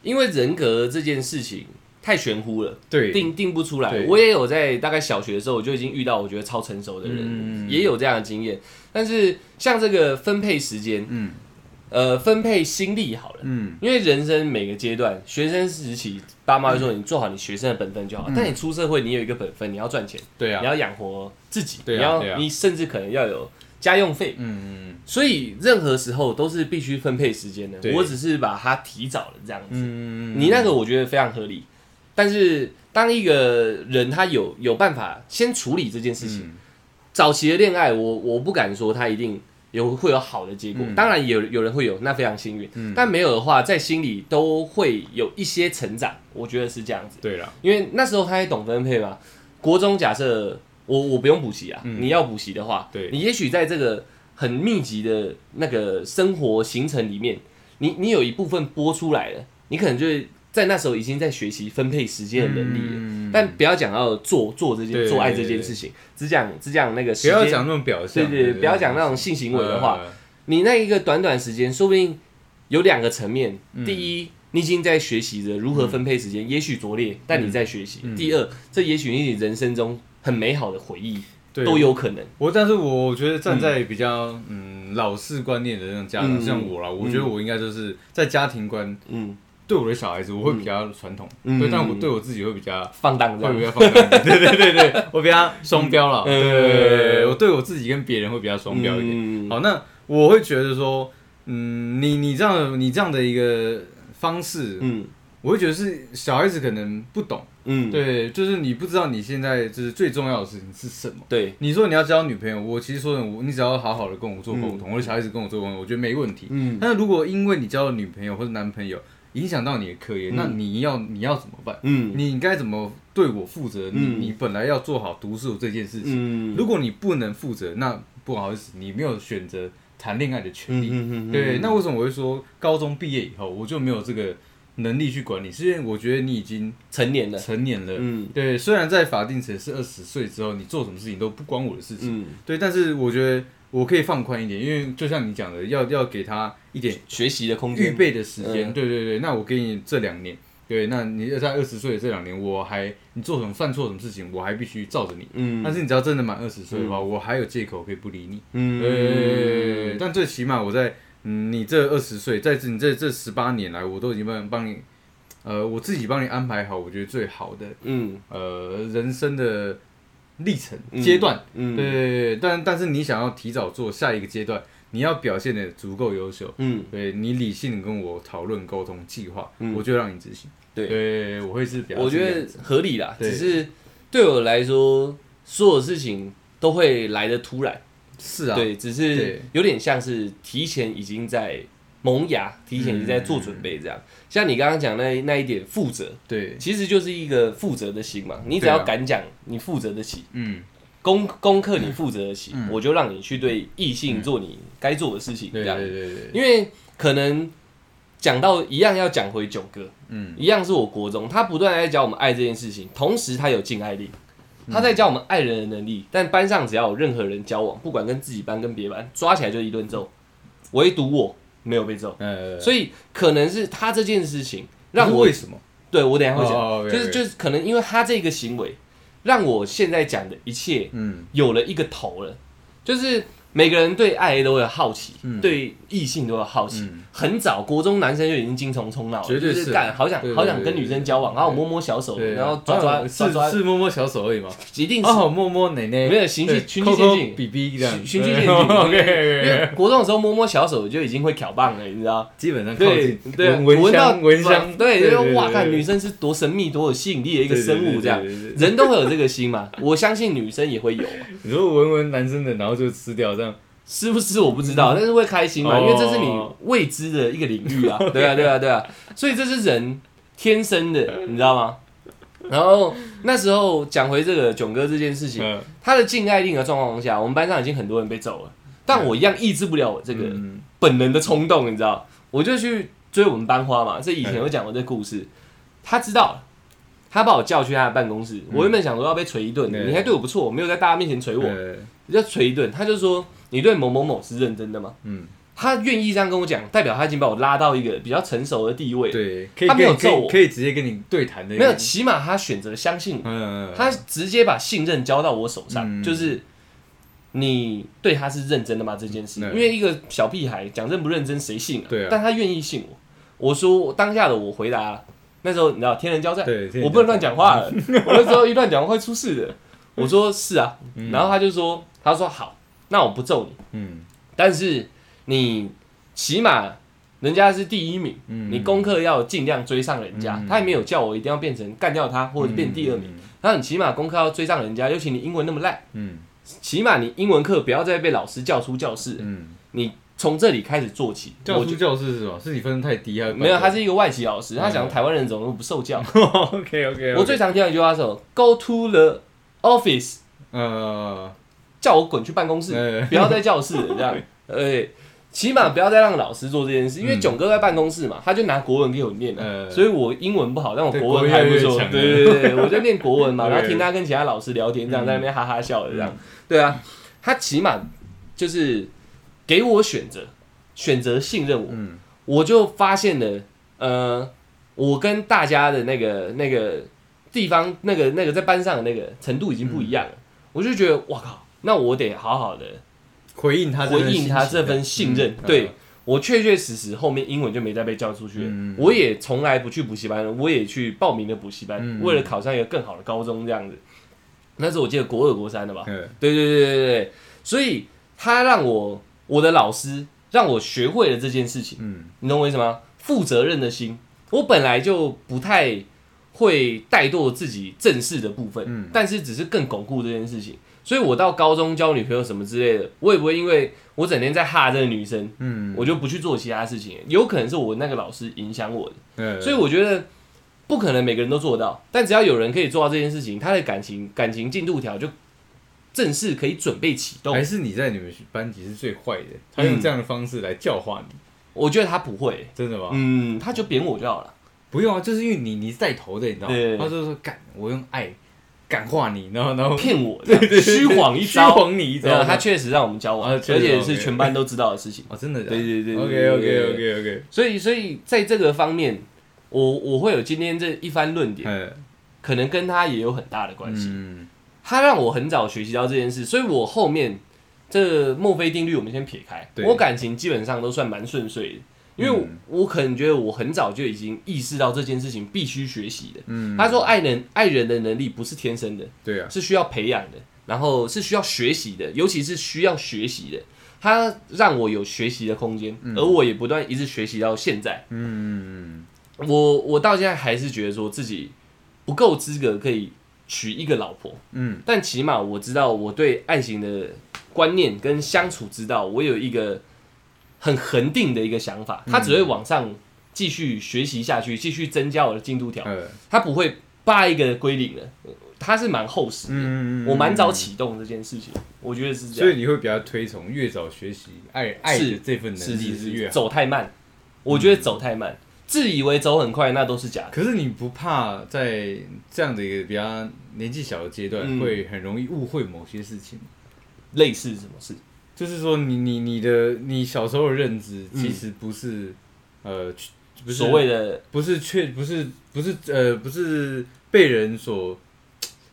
因为人格这件事情太玄乎了，对对定定不出来。对我也有在大概小学的时候，我就已经遇到我觉得超成熟的人，嗯也有这样的经验。但是像这个分配时间，嗯呃，分配心力好了。嗯因为人生每个阶段，学生时期，爸妈会说你做好你学生的本分就好。但你出社会，你有一个本分，你要赚钱，嗯对你啊，要养活自己，对啊你要、对啊你甚至可能要有家用费。嗯所以任何时候都是必须分配时间的。对我只是把它提早了这样子。嗯你那个我觉得非常合理，但是当一个人他有有办法先处理这件事情，嗯早期的恋爱我我不敢说他一定有会有好的结果。当然有有人会有，那非常幸运。但没有的话，在心里都会有一些成长，我觉得是这样子。对了，因为那时候他也懂分配嘛。国中假设我我不用补习啊，你要补习的话，嗯对你也许在这个很密集的那个生活行程里面，你你有一部分播出来了，你可能就会在那时候已经在学习分配时间的能力了。嗯但不要讲到做做这件对做爱这件事情，只讲只讲那个时不间，要讲那种表对象，对，不要讲那种性行为的话，呃你那一个短短时间，说不定有两个层面。嗯第一，你已经在学习着如何分配时间，也许拙嗯劣，但你在学习。第二，这也许你人生中很美好的回忆对都有可能。我但是我我觉得站在比较嗯老式观念的那种家长，嗯像我啦，我觉得我应该就是在家庭观嗯，对我的小孩子，我会比较传统，嗯对，但我对我自己会比较放荡这会样比。较放荡一 点，对对对对，我比较双标了，嗯对对对对对，我对我自己跟别人会比较双标一点。嗯好，那我会觉得说，嗯，你你这样的你这样的一个方式，嗯我会觉得是小孩子可能不懂，嗯，对，就是你不知道你现在就是最重要的事情是什么。对，你说你要交女朋友，我其实说真的我，你只要好好的跟我做沟通，我的小孩子跟我做沟通，我觉得没问题。嗯但是如果因为你交了女朋友或者男朋友，影响到你的课业，那你要你要怎么办？嗯你该怎么对我负责？你、嗯你本来要做好读书这件事情，嗯，如果你不能负责，那不好意思，你没有选择谈恋爱的权利。嗯对，那为什么我会说高中毕业以后我就没有这个能力去管理？是因为我觉得你已经成年了，成年了。嗯对，虽然在法定层是二十岁之后，你做什么事情都不关我的事情。嗯，对，但是我觉得我可以放宽一点，因为就像你讲的，要要给他一点学习的空预间，备的时间。嗯对对对，那我给你这两年，对，那你在二十岁的这两年，我还你做什么犯错什么事情，我还必须照着你。嗯但是你只要真的满二十岁的话，我还有借口可以不理你。对，嗯，但最起码我在嗯，你这二十岁，在这你这这十八年来，我都已经帮帮你，呃，我自己帮你安排好，我觉得最好的嗯呃人生的历程嗯阶段。对嗯对对，但但是你想要提早做下一个阶段，你要表现的足够优秀，嗯，对你理性地跟我讨论沟通计划，嗯我就让你执行。对对，我会是比较我这个觉样得子，合理啦，对只是对我来说，所有事情都会来的突然，是啊，对，只是对有点像是提前已经在萌芽，提前已经在做准备这样。像你刚刚讲那那一点负责，嗯对，其实就是一个负责的心嘛，你只对啊要敢讲，你负责得起。嗯，功功课你负责得起，我就让你去对异性做你该做的事情，嗯对这样对对对，因为可能讲到一样要讲回九哥，嗯嗯，一样是我国中，他不断地在教我们爱这件事情，同时他有禁爱令，他在教我们爱人的能力。但班上只要有任何人交往，不管跟自己班跟别班，抓起来就一顿揍，唯独我没有被揍，呃，所以可能是他这件事情可让是我为什么？对我等一下会讲，哦哦就是 OK，OK 就是可能因为他这个行为，让我现在讲的一切嗯有了一个头了，就是每个人对爱都有好奇，嗯对异性都有好奇。嗯很早，国中男生就已经精虫充脑了，绝对就是干好想对对好想跟女生交往，对对然后摸摸小手，对，然后抓抓啊抓抓是，是摸摸小手而已 嘛，一定是哦，摸摸奶奶，没有循序对循序抠渐抠进比比这样，循循序渐进。 OK 因为 OK，国中的时候摸摸小手就已经会挑棒了，你知 道？基本上靠对近，对，啊闻闻到香闻 香，对，对就是哇，看对女生是多神秘、多有吸引力的一个对对生对物，对这样对对对人都会有这个心嘛。我相信女生也会有，你说闻闻男生的，然后就吃掉这样，是不是我不知道，但是会开心嘛，哦因为这是你未知的一个领域 啊，对啊，对啊，对啊，所以这是人天生的，嗯你知道吗？然后那时候讲回这个囧哥这件事情，嗯他的禁爱令的状况下，我们班上已经很多人被揍了，但我一样抑制不了我这个嗯本能的冲动，你知道，我就去追我们班花嘛，这以嗯前有讲过这故事，他知道了。他把我叫去他的办公室，我原嗯本想说要被捶一顿的，对你还对我不错，没有在大家面前捶我，对，就捶一顿，他就说你对某某某是认真的吗？嗯，他愿意这样跟我讲，代表他已经把我拉到一个比较成熟的地位。，对，可以他没有跟可揍我以可以直接跟你对谈的，没有，起码他选择相信我，嗯，嗯，他直接把信任交到我手上，嗯就是你对他是认真的吗？这件事，嗯因为一个小屁孩讲认不认真，谁信啊？对啊但他愿意信我。我说当下的我回答，那时候你知道天人交战，对天人交战我不能乱讲话了， 我那时候一乱讲话会出事的。我说是啊，然后他就说，他说好，那我不揍你。嗯但是你起码人家是第一名，嗯你功课要尽量追上人家。嗯他也没有叫我一定要变成干掉他或者变第二名，，然后你起码功课要追上人家，尤其你英文那么烂，嗯起码你英文课不要再被老师叫出教室。嗯嗯，你从这里开始做起。教嗯我书觉教室是吧？是你分太低还是没有，他是 是一个外籍老师，他讲台湾人走路不受教。 OK OK 。我最常听到一句话是什么：“Go to the office”，呃叫我滚去办公室。呃 不要在教室了这样，呃，起码不要再让老师做这件事，因为囧哥在办公室嘛，他就拿国文给我念了，嗯所以我英文不好，但我对国文还不国错文越来越，强对对对，我就念国 文嘛，对嗯然后听他跟其他老师聊天，这样在那边哈哈笑的这样，对啊，他起码就是给我选择，选择信任我，嗯我就发现了，呃，我跟大家的那个那个地方那个那个在班上的那个程度已经不一嗯样了，我就觉得哇靠，那我得好好的。回应他这份回应他心情这份信任。嗯对我确确实实后面英文就没再被叫出去了，嗯我也从来不去补习班了，我也去报名的补习班，嗯为了考上一个更好的高中这样子。那是我记得国二国三的吧？嗯对对对对对对，所以他让我我的老师让我学会了这件事情，嗯你懂我意思吗？负责任的心，我本来就不太会怠惰自己正式的部分，嗯但是只是更巩固这件事情。所以我到高中交女朋友什么之类的，我也不会因为我整天在哈这个女生，嗯我就不去做其他事情。有可能是我那个老师影响我的，嗯，所以我觉得不可能每个人都做到，但只要有人可以做到这件事情，他的感情感情进度条就正式可以准备启动还。是你在你们班级是最坏的，嗯他用这样的方式来教化你，我觉得他不会，真的吗？嗯，他就扁我就好了。不用啊，就是因为你你是带头的，你知道吗对？他就说敢，我用爱感化你，然后然后嗯骗我这样， 虚晃一 虚招。晃你一对啊，招，他确实让我们交往，啊而确实且是全班都知道的事情。哦，真的假的，对对对对 OK 对 OK 对 OK OK，所以，所以在这个方面，我我会有今天这一番论点，嗯可能跟他也有很大的关系。嗯他让我很早学习到这件事，所以我后面这墨菲定律我们先撇开，对我感情基本上都算蛮顺遂的，因为我,、嗯可能觉得我很早就已经意识到这件事情必须学习的。嗯，他说爱人爱人的能力不是天生的，对啊，是需要培养的，然后是需要学习的，尤其是需要学习的。它让我有学习的空间，而我也不断一直学习到现在。嗯我我到现在还是觉得说自己不够资格可以娶一个老婆，嗯但起码我知道我对爱情的观念跟相处之道，我有一个很恒定的一个想嗯法，它只会往上继续学习下去，继续增加我的进度条，呃它不会扒一个归零的，它是蛮厚实的。嗯，我蛮早启动这件事情，我觉得是这所以样。你会比较推崇越早学习爱爱的这份能是力是是嗯越是，好。走太慢，我觉得走太慢，自以为走很快，那都是假的。可是你不怕在这样的一个比较年纪小的阶段，嗯会很容易误会某些事情？类似什么事？就是说你，你你的你小时候的认知嗯其实不是、呃，去不是所谓的不是确不是不是呃不是被人所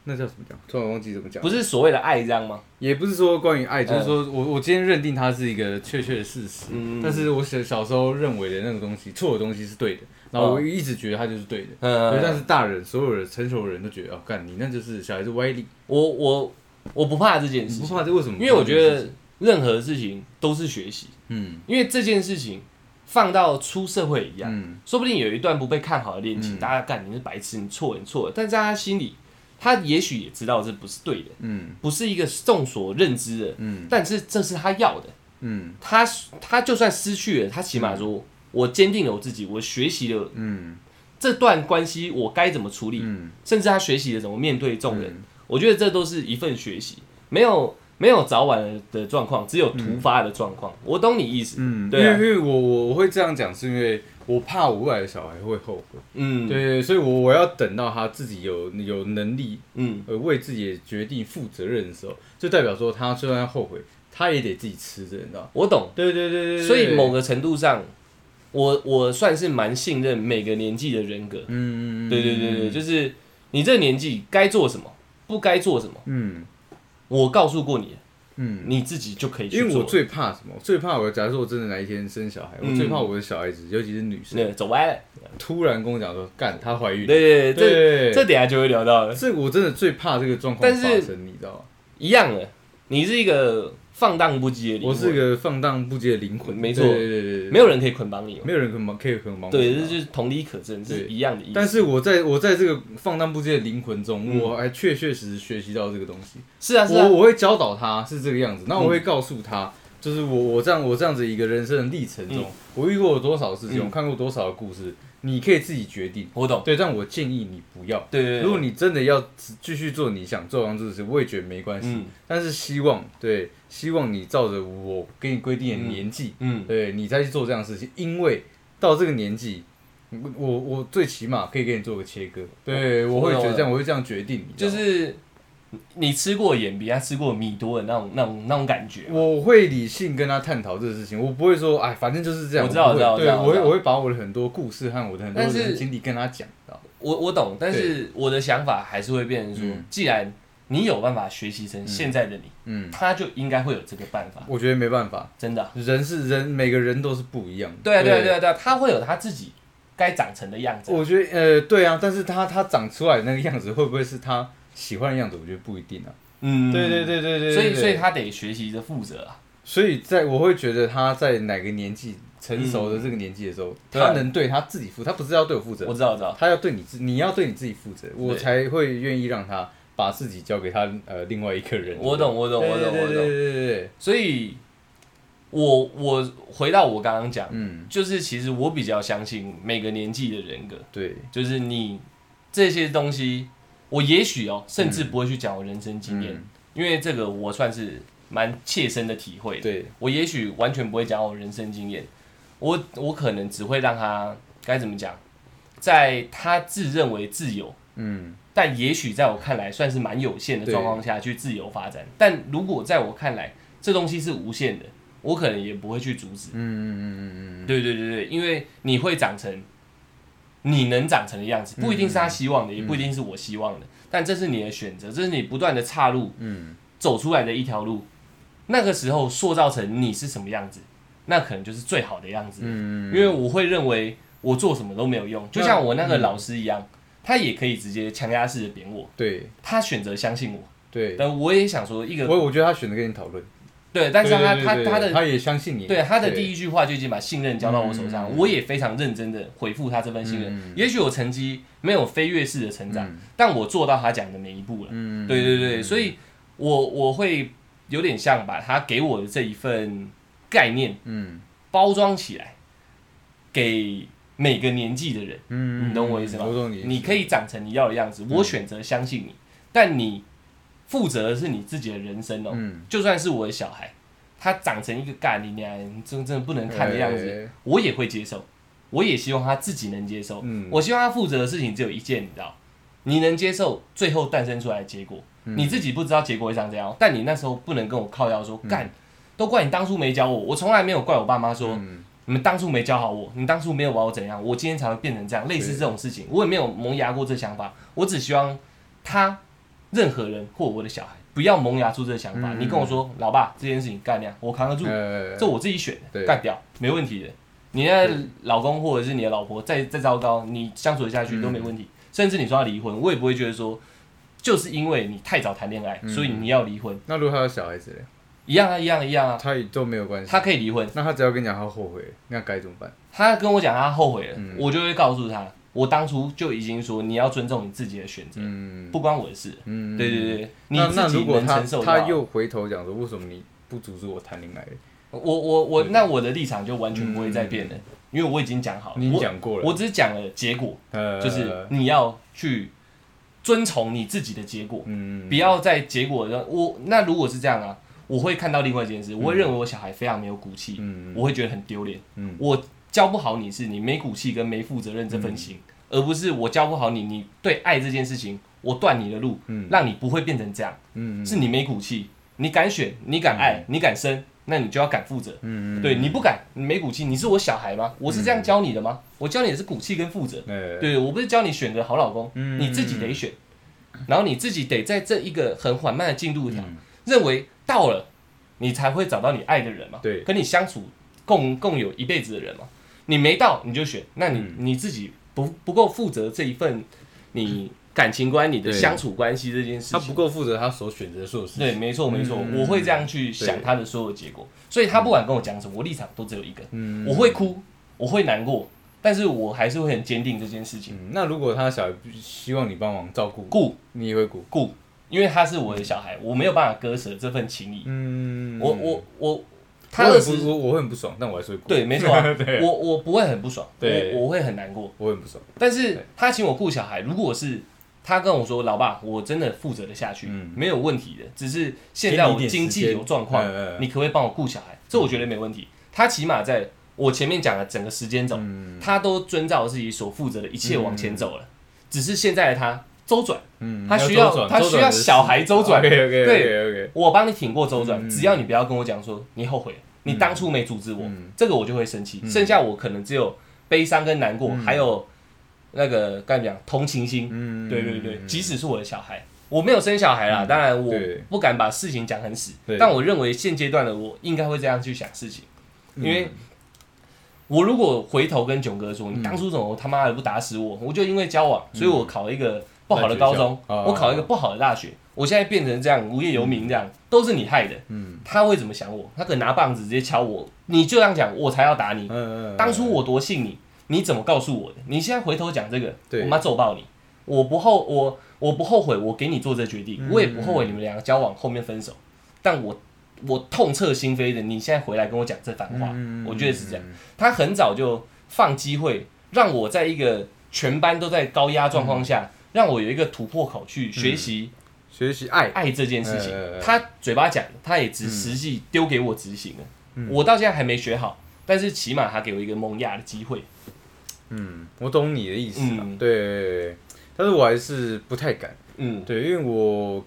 那叫什么讲？突然忘记怎么讲。不是所谓的爱这样吗？也不是说关于爱，就是嗯说我我今天认定它是一个确切的事实，嗯但是我小小时候认为的那个东西，错的东西是对的，然后我嗯一直觉得它就是对的，嗯对但是大人所有的成熟人都觉得，哦，干你那就是小孩子歪理，我我我不怕这件你事不情，怕这为什么？因为我觉得，任何事情都是学习，嗯因为这件事情放到出社会一样，嗯说不定有一段不被看好的恋情，嗯大家干你是白痴，你错了你错了，但在他心里，他也许也知道这不是对的，嗯不是一个众所认知的。嗯但是这是他要的，嗯他他就算失去了，他起码说，我坚定了我自己，我学习了嗯这段关系，我该怎么处理，嗯，甚至他学习了怎么面对众人，我觉得这都是一份学习，没有没有早晚的状况，只有突发的状况。我懂你意思，嗯，因对为啊因为我我我会这样讲，是因为我怕我未来的小孩会后悔，嗯，，对，所以我我要等到他自己有有能力嗯，呃为自己的决定负责任的时候，就代表说他虽然后悔，他也得自己吃着，你知道吗？我懂。对对对对所以某个程度上，我我算是蛮信任每个年纪的人格。嗯对对对对，就是你这个年纪该做什么，不该做什么，嗯我告诉过你了，嗯，你自己就可以去因做了。为我最怕什么？我最怕我假如说我真的哪一天生小孩，嗯我最怕我的小孩子，尤其是女生，那走歪了。突然跟我讲说干她怀孕，对对对，对这这等一下就会聊到了，这我真的最怕这个状况但是发生，你知道吗？一样的，你是一个放荡不羁的灵魂，我是个放荡不羁的灵魂，没错对对对对，没有人可以捆绑你嘛。哦没有人可以帮可以可以帮我对，知这道就是同理可证，对是一样的意思。但是我在我在这个放荡不羁的灵魂中，嗯我还确确实实学习到这个东西。是啊是啊嗯我，我会教导他是这个样子，那我会告诉他，就是我我这样我这样子一个人生的历程中，嗯我遇过有多少事情，嗯我看过多少的故事，你可以自己决定。我懂，对，但我建议你不要。对对对，如果你真的要继续做你想做的这个事，我也觉得没关系。嗯但是希望对，希望你照着我给你规定的年纪，嗯对你再去做这样的事情，因为到这个年纪，我我我最起码可以给你做个切割。哦对，我会觉得这样，我会这样决定你。就知道吗是你吃过盐比他吃过米多的那种那种那种感觉，我会理性跟他探讨这个事情，我不会说哎，反正就是这样。我知道我不会知道我知对，道我我会知道我会把我的很多故事和我的很多但是人生经历跟他讲到。我我懂，但是我的想法还是会变成说，嗯既然你有办法学习成现在的你，嗯，他就应该会有这个办法，我觉得没办法，真的啊、人是人，每个人都是不一样的。对啊对啊对啊对啊，他会有他自己该长成的样子啊。我觉得呃，对啊，但是他他长出来的那个样子，会不会是他喜欢的样子？我觉得不一定啊。嗯对对对对对所以对所以他得学习着负责啊。所以在我会觉得他在哪个年纪成熟的这个年纪的时候，对啊他能对他自己负，他不是要对我负责我，知道我知道，他要对你自，你要对你自己负责，我才会愿意让他把自己交给他呃另外一个人。我懂我懂我懂对我懂。对对对对对，所以我我回到我刚刚讲，嗯，就是其实我比较相信每个年纪的人格，对，就是你这些东西，我也许哦，甚至不会去讲我人生经验，嗯因为这个我算是蛮切身的体会的。对，我也许完全不会讲我人生经验，我我可能只会让他该怎么讲，在他自认为自由，嗯，但也许在我看来算是蛮有限的对状况下去自由发展。但如果在我看来，这东西是无限的，我可能也不会去阻止。嗯嗯嗯嗯嗯。对对对对，因为你会长成你能长成的样子，不一定是他希望的，也不一定是我希望的，但这是你的选择，这是你不断的岔路，嗯，走出来的一条路。那个时候塑造成你是什么样子，那可能就是最好的样子。嗯，因为我会认为我做什么都没有用，就像我那个老师一样，他也可以直接强压式的扁我，对他选择相信我，对，但我也想说一个我我觉得他选择跟你讨论，对，但是他对对他对他对的他也相信你，对他的对第一句话就已经把信任交到我手嗯上，我也非常认真的回复他这份信任。也许我成绩没有飞跃式的成长，但我做到他讲的每一步了。嗯对对对，所以我我会有点像把他给我的这一份概念嗯包装起来，给每个年纪的人，嗯，你懂我意思吗？我懂你，你可以长成你要的嗯样子，我选择相信你，但你负责的是你自己的人生哦。嗯，就算是我的小孩，他长成一个干你娘真真的不能看的样子，哎我也会接受，我也希望他自己能接受。嗯我希望他负责的事情只有一件，你知道，你能接受最后诞生出来的结果，嗯你自己不知道结果会长怎样，但你那时候不能跟我靠腰嗯说干。都怪你当初没教我，我从来没有怪我爸妈说、嗯你们当初没教好我，你当初没有把我怎样，我今天才会变成这样，类似这种事情，我也没有萌芽过这想法，我只希望他任何人或我的小孩不要萌芽出这个想法。嗯你跟我说，老爸这件事情干掉，我扛得住，呃，这我自己选的，对干掉没问题的。你的老公或者是你的老婆再再糟糕，你相处得下去都没问嗯题。甚至你说要离婚，我也不会觉得说，就是因为你太早谈恋嗯爱，所以你要离婚，那如果他有小孩子嘞，一样啊，一样啊一样啊，他也都没有关系。他可以离婚。那他只要跟你讲他后悔，那该怎么办？他跟我讲他后悔了，嗯我就会告诉他，我当初就已经说你要尊重你自己的选择，嗯不关我的事。嗯，对对对，你那自那己如果能他承受他到。又回头讲说，为什么你不阻止我谈恋爱？我我我，那我的立场就完全不会再变了，因为我已经讲好了，嗯你已经我讲过了我只是讲了结果，呃，就是你要去遵从你自己的结果，嗯，不要在结果上我那如果是这样啊，我会看到另外一件事，我会认为我小孩非常没有骨气，嗯我会觉得很丢脸。嗯我教不好你是你没骨气跟没负责任这份心，嗯而不是我教不好你，你对爱这件事情我断你的路，嗯让你不会变成这样，嗯是你没骨气，你敢选，你敢爱，你敢生，那你就要敢负责。嗯对你不敢，你没骨气，你是我小孩吗？我是这样教你的吗？我教你的是骨气跟负责。呃对我不是教你选个好老公，嗯你自己得选，然后你自己得在这一个很缓慢的进度嗯条，认为到了，你才会找到你爱的人嘛，对跟你相处共共有一辈子的人嘛，你没到你就选，那你、嗯你自己不不够负责这一份你感情观、你的对相处关系这件事他情，不够负责他所选择的所有事情。对，没错没错，嗯我会这样去想对他的所有结果，所以他不管跟我讲什么，我立场都只有一个，嗯我会哭，我会难过，但是我还是会很坚定这件事情。嗯，那如果他小孩希望你帮忙照顾，顾你也会顾。顾，因为他是我的小孩，我没有办法割舍这份情谊。嗯我我我他我二很十不我我会很不爽，但我还是会哭。，对，没错、啊 对我我不会很不爽，对我我会很难过。我会很不爽。但是他请我顾小孩，如果是他跟我说，老爸，我真的负责的下去，嗯没有问题的，只是现在我给你一点时间经济有状况，嗯嗯嗯你可不可以帮我顾小孩？这我觉得没问题。他起码在我前面讲的整个时间轴，嗯他都遵照自己所负责的一切往前走了，只是现在的他周转，嗯，他需要周转他需要小孩周转， OK OK 对 OK OK，我帮你挺过周转，嗯只要你不要跟我讲说你后悔了，你当初没阻止我，嗯这个我就会生气。剩下我可能只有悲伤跟难过，还有那个该怎么讲同情心。嗯对对对，即使是我的小孩，我没有生小孩啦，当然我对不敢把事情讲很死对，但我认为现阶段的我应该会这样去想事情，嗯因为。我如果回头跟囧哥嗯说，你当初怎么他妈的不打死我？我就因为交往，所以我考了一个不好的高中，大学校啊我考了一个不好的大学，我现在变成这样无业游民，这样、都是你害的。嗯他会怎么想我？他可能拿棒子直接敲我，你就这样讲，我才要打你。嗯嗯，嗯当初我多信你，你怎么告诉我的？你现在回头讲这个，对我妈揍爆你！我不后我我不后悔，我给你做这决定，嗯我也不后悔你们两个交往后面分手，但我我痛彻心扉的，你现在回来跟我讲这番话，嗯我觉得是这样。他很早就放机会，让我在一个全班都在高压状况嗯下，让我有一个突破口去学习学习爱，爱这件事情。嗯嗯嗯嗯他嘴巴讲，他也只实际丢给我执行了。嗯我到现在还没学好，但是起码他给我一个萌芽的机会。嗯，我懂你的意思啊嗯，对对，对对但是我还是不太敢。嗯对，因为我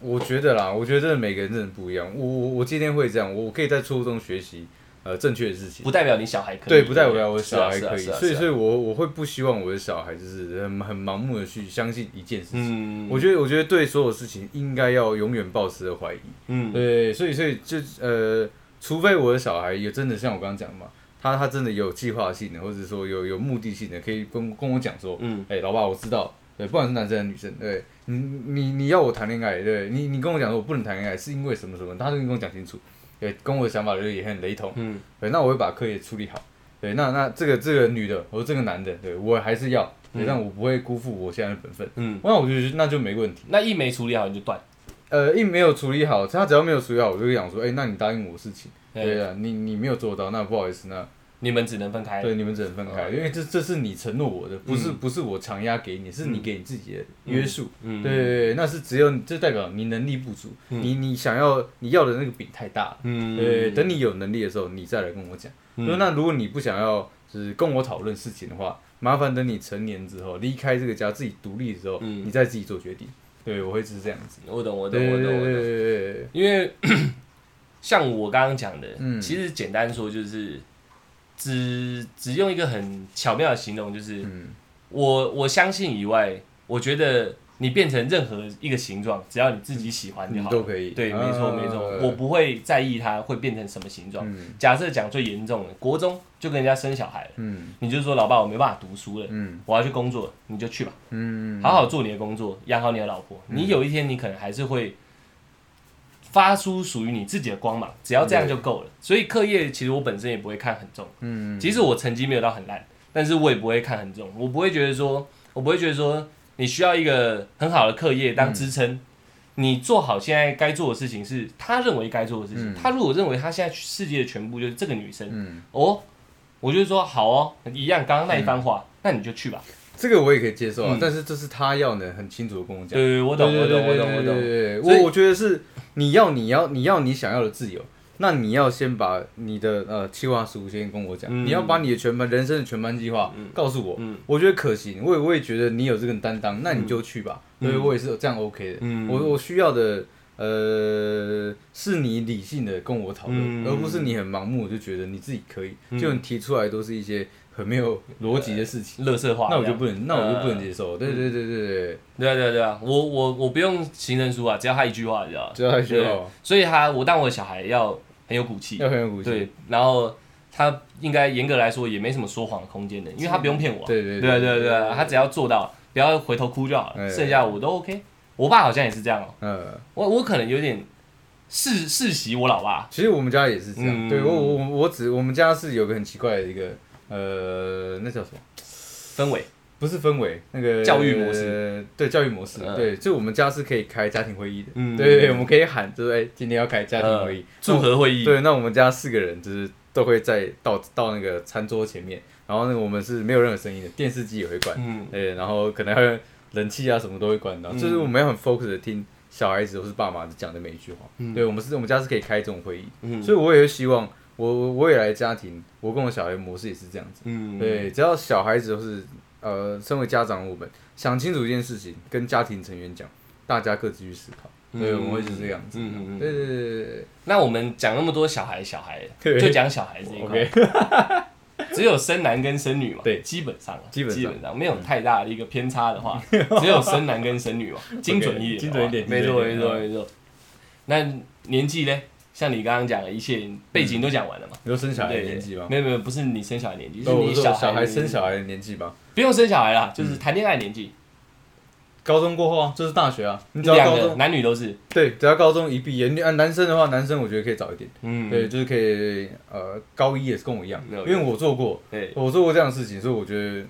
我觉得啦，我觉得真的每个人真的不一样。我我我今天会这样，我我可以在错误中学习呃正确的事情。不代表你小孩可以，对，不代表不我的小孩是啊可以，是啊所以是啊所以我我会不希望我的小孩就是呃很很盲目的去相信一件事情。嗯，我觉得我觉得对所有事情应该要永远保持着怀疑。嗯对，所以所以就呃，除非我的小孩也真的像我刚刚讲的嘛，他他真的有计划性的，或者说有有目的性的，可以跟跟我讲说，嗯哎、老爸，我知道，对，不管是男生还是女生，对你你你要我谈恋爱，对你你跟我讲说我不能谈恋爱，是因为什么什么，他都跟我讲清楚，对，跟我的想法就是也很雷同，嗯对，那我会把课业处理好，对，那那这个这个女的和这个男的，对我还是要，对，但我不会辜负我现在的本分，嗯，那我就觉得那就没问题。那一没处理好你就断，呃，一没有处理好，他只要没有处理好，我就想说，哎、那你答应我事情，对对啊，你你没有做到，那不好意思，那你们只能分开。对你们只能分哦开，因为这这是你承诺我的，不是、不是我强压给你，是你给你自己的约束，嗯，对对对，那是只有这代表你能力不足，你你想要你要的那个饼太大了，嗯，对，等你有能力的时候，你再来跟我讲。说那如果你不想要就是跟我讨论事情的话，麻烦等你成年之后离开这个家，自己独立之后，嗯你再自己做决定。对，我会是这样子。我懂，我懂，对我对懂，我对懂。对对对。因为像我刚刚讲的，嗯其实简单说就是，只只用一个很巧妙的形容，就是、嗯我我相信以外，我觉得你变成任何一个形状，只要你自己喜欢就好了，你都可以对，啊没错没错，我不会在意它会变成什么形状。嗯假设讲最严重的，国中就跟人家生小孩了，嗯你就说老爸我没办法读书了，嗯我要去工作了，你就去吧。嗯，好好做你的工作，养好你的老婆。你有一天，你可能还是会发出属于你自己的光芒，只要这样就够了。所以课业其实我本身也不会看很重，嗯即使我成绩没有到很烂，但是我也不会看很重，我不会觉得说，我不会觉得说你需要一个很好的课业当支撑。你做好现在该做的事情是他认为该做的事情。嗯他如果认为他现在世界的全部就是这个女生，嗯，哦，我就说好哦，一样刚刚那一番话，那你就去吧。这个我也可以接受啊嗯，但是这是他要呢，很清楚的跟我讲。对，我懂，我懂，我懂，我对懂。对对对所以我我觉得是你要你要你要你想要的自由，那你要先把你的呃计划书先跟我讲，嗯你要把你的全盘人生的全盘计划告诉我，嗯我觉得可行，我也我也觉得你有这个担当，那你就去吧，嗯所以我也是这样 OK 的，嗯我我需要的。呃，是你理性的跟我讨论，嗯而不是你很盲目地就觉得你自己可以，嗯就你提出来都是一些很没有逻辑的事情，乐色化，那我就不能，那我就不能呃接受。对对对对对，对啊对啊对啊，我我我不用行人书啊，只要他一句话，你知道吗？只要他需对要，所以他我当我的小孩要很有骨气，要很有骨气。对，然后他应该严格来说也没什么说谎的空间的，因为他不用骗我啊，对对对啊对啊对对啊，他只要做到，不要回头哭就好了，哎剩下我都 OK。我爸好像也是这样哦，呃，我我可能有点世世袭我老爸，其实我们家也是这样。嗯对我我我我只我们家是有个很奇怪的一个呃，那叫什么？氛围，不是氛围，那个教育模式呃对教育模式，嗯对，就我们家是可以开家庭会议的，嗯呃对对对，我们可以喊，就是哎，今天要开家庭会议，祝贺会议，对，那我们家四个人就是都会在到到那个餐桌前面，然后那个我们是没有任何声音的，电视机也会关，嗯对，然后可能还有冷气啊什么都会关到，嗯就是我们要很 focus 的听小孩子或是爸妈讲的每一句话。嗯对，我们是我们家是可以开这种会议，嗯所以我也会希望我我未来的家庭，我跟我小孩模式也是这样子。嗯，对，只要小孩子或是呃，身为家长我们想清楚一件事情，跟家庭成员讲，大家各自去思考。嗯，对，我们会是这样子。嗯嗯嗯对对对对对那我们讲那么多小孩，小孩对就讲小孩这一块 OK 只有生男跟生女嘛，对基本上啊，基本上没有太大的一个偏差的 话，只有生男跟生女嘛，精准一点的话，精准一点没错没精准一错点嗯没错。那年纪呢？像你刚刚讲的一切背景都讲完了嘛？你说生小孩的对，年纪吗？没有没有，不是你生小孩年纪，是哦我你说小小孩孩的年纪生小孩的嗯年纪吧，不用生小孩啦，就是谈恋爱年纪，高中过后啊，就是大学啊。你只要两高个中，男女都是，对，只要高中一毕业，你啊男生的话，男生我觉得可以早一点。嗯，对，就是可以，呃，高一也是跟我一样，了因解为我做过，对，我做过这样的事情，所以我觉得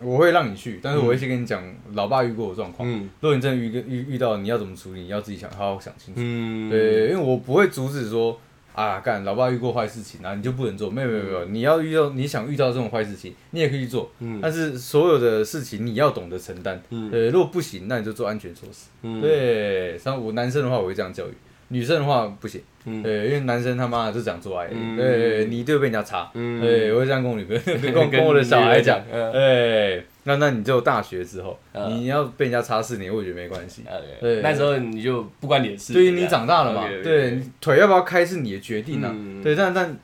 我会让你去，但是我会先跟你讲老爸遇过的状况。嗯如果你真的遇个遇遇到，你要怎么处理，你要自己想好好想清楚。嗯，对，因为我不会阻止说啊，干老爸遇过坏事情啊，你就不能做。没有没有没有，你要遇到你想遇到这种坏事情，你也可以去做，嗯但是所有的事情你要懂得承担。嗯对，如果不行，那你就做安全措施。嗯，对，像我男生的话，我会这样教育；女生的话不行。嗯对，因为男生他妈的就讲做爱，嗯对，你一定会被人家查，嗯对，我会这样跟我女 朋友、跟跟我的小孩讲，嗯哎，那那你只有大学之后，嗯你要被人家查四年，我觉得没关系。呃，对那时候你就不关你的事。对于你长大了嘛， OK，OK，OK 对，你腿要不要开是你的决定啊，嗯对，但但。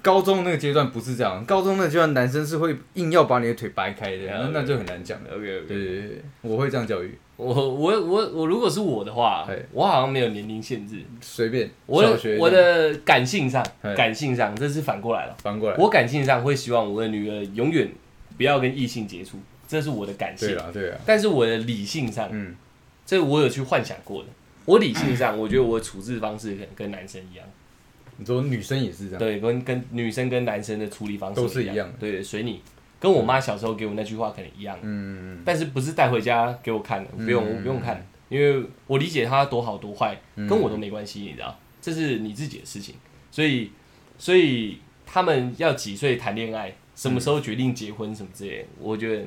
高中那个阶段不是这样，高中那个阶段男生是会硬要把你的腿掰开的，那那就很难讲了。 ，OK 对 OK。对对，我会这样教育，我我我我如果是我的话对，我好像没有年龄限制。随便。我小学的我这样的感性上，对感性上这是反过来了。翻过来，我感性上会希望我的女儿永远不要跟异性接触，这是我的感对性。啦对啦，啊但是我的理性上，嗯，这我有去幻想过的。我理性上，我觉得我的处置方式可能跟男生一样，你说女生也是这样，对，跟跟女生跟男生的处理方式啊都是一一样的对，随你。跟我妈小时候给我那句话可能一样，嗯。但是不是带回家给我看的，不用，嗯我不用看，因为我理解他多好多坏，嗯跟我都没关系，你知道，这是你自己的事情。所以，所以他们要几岁谈恋爱，什么时候决定结婚，什么之类的，我觉得，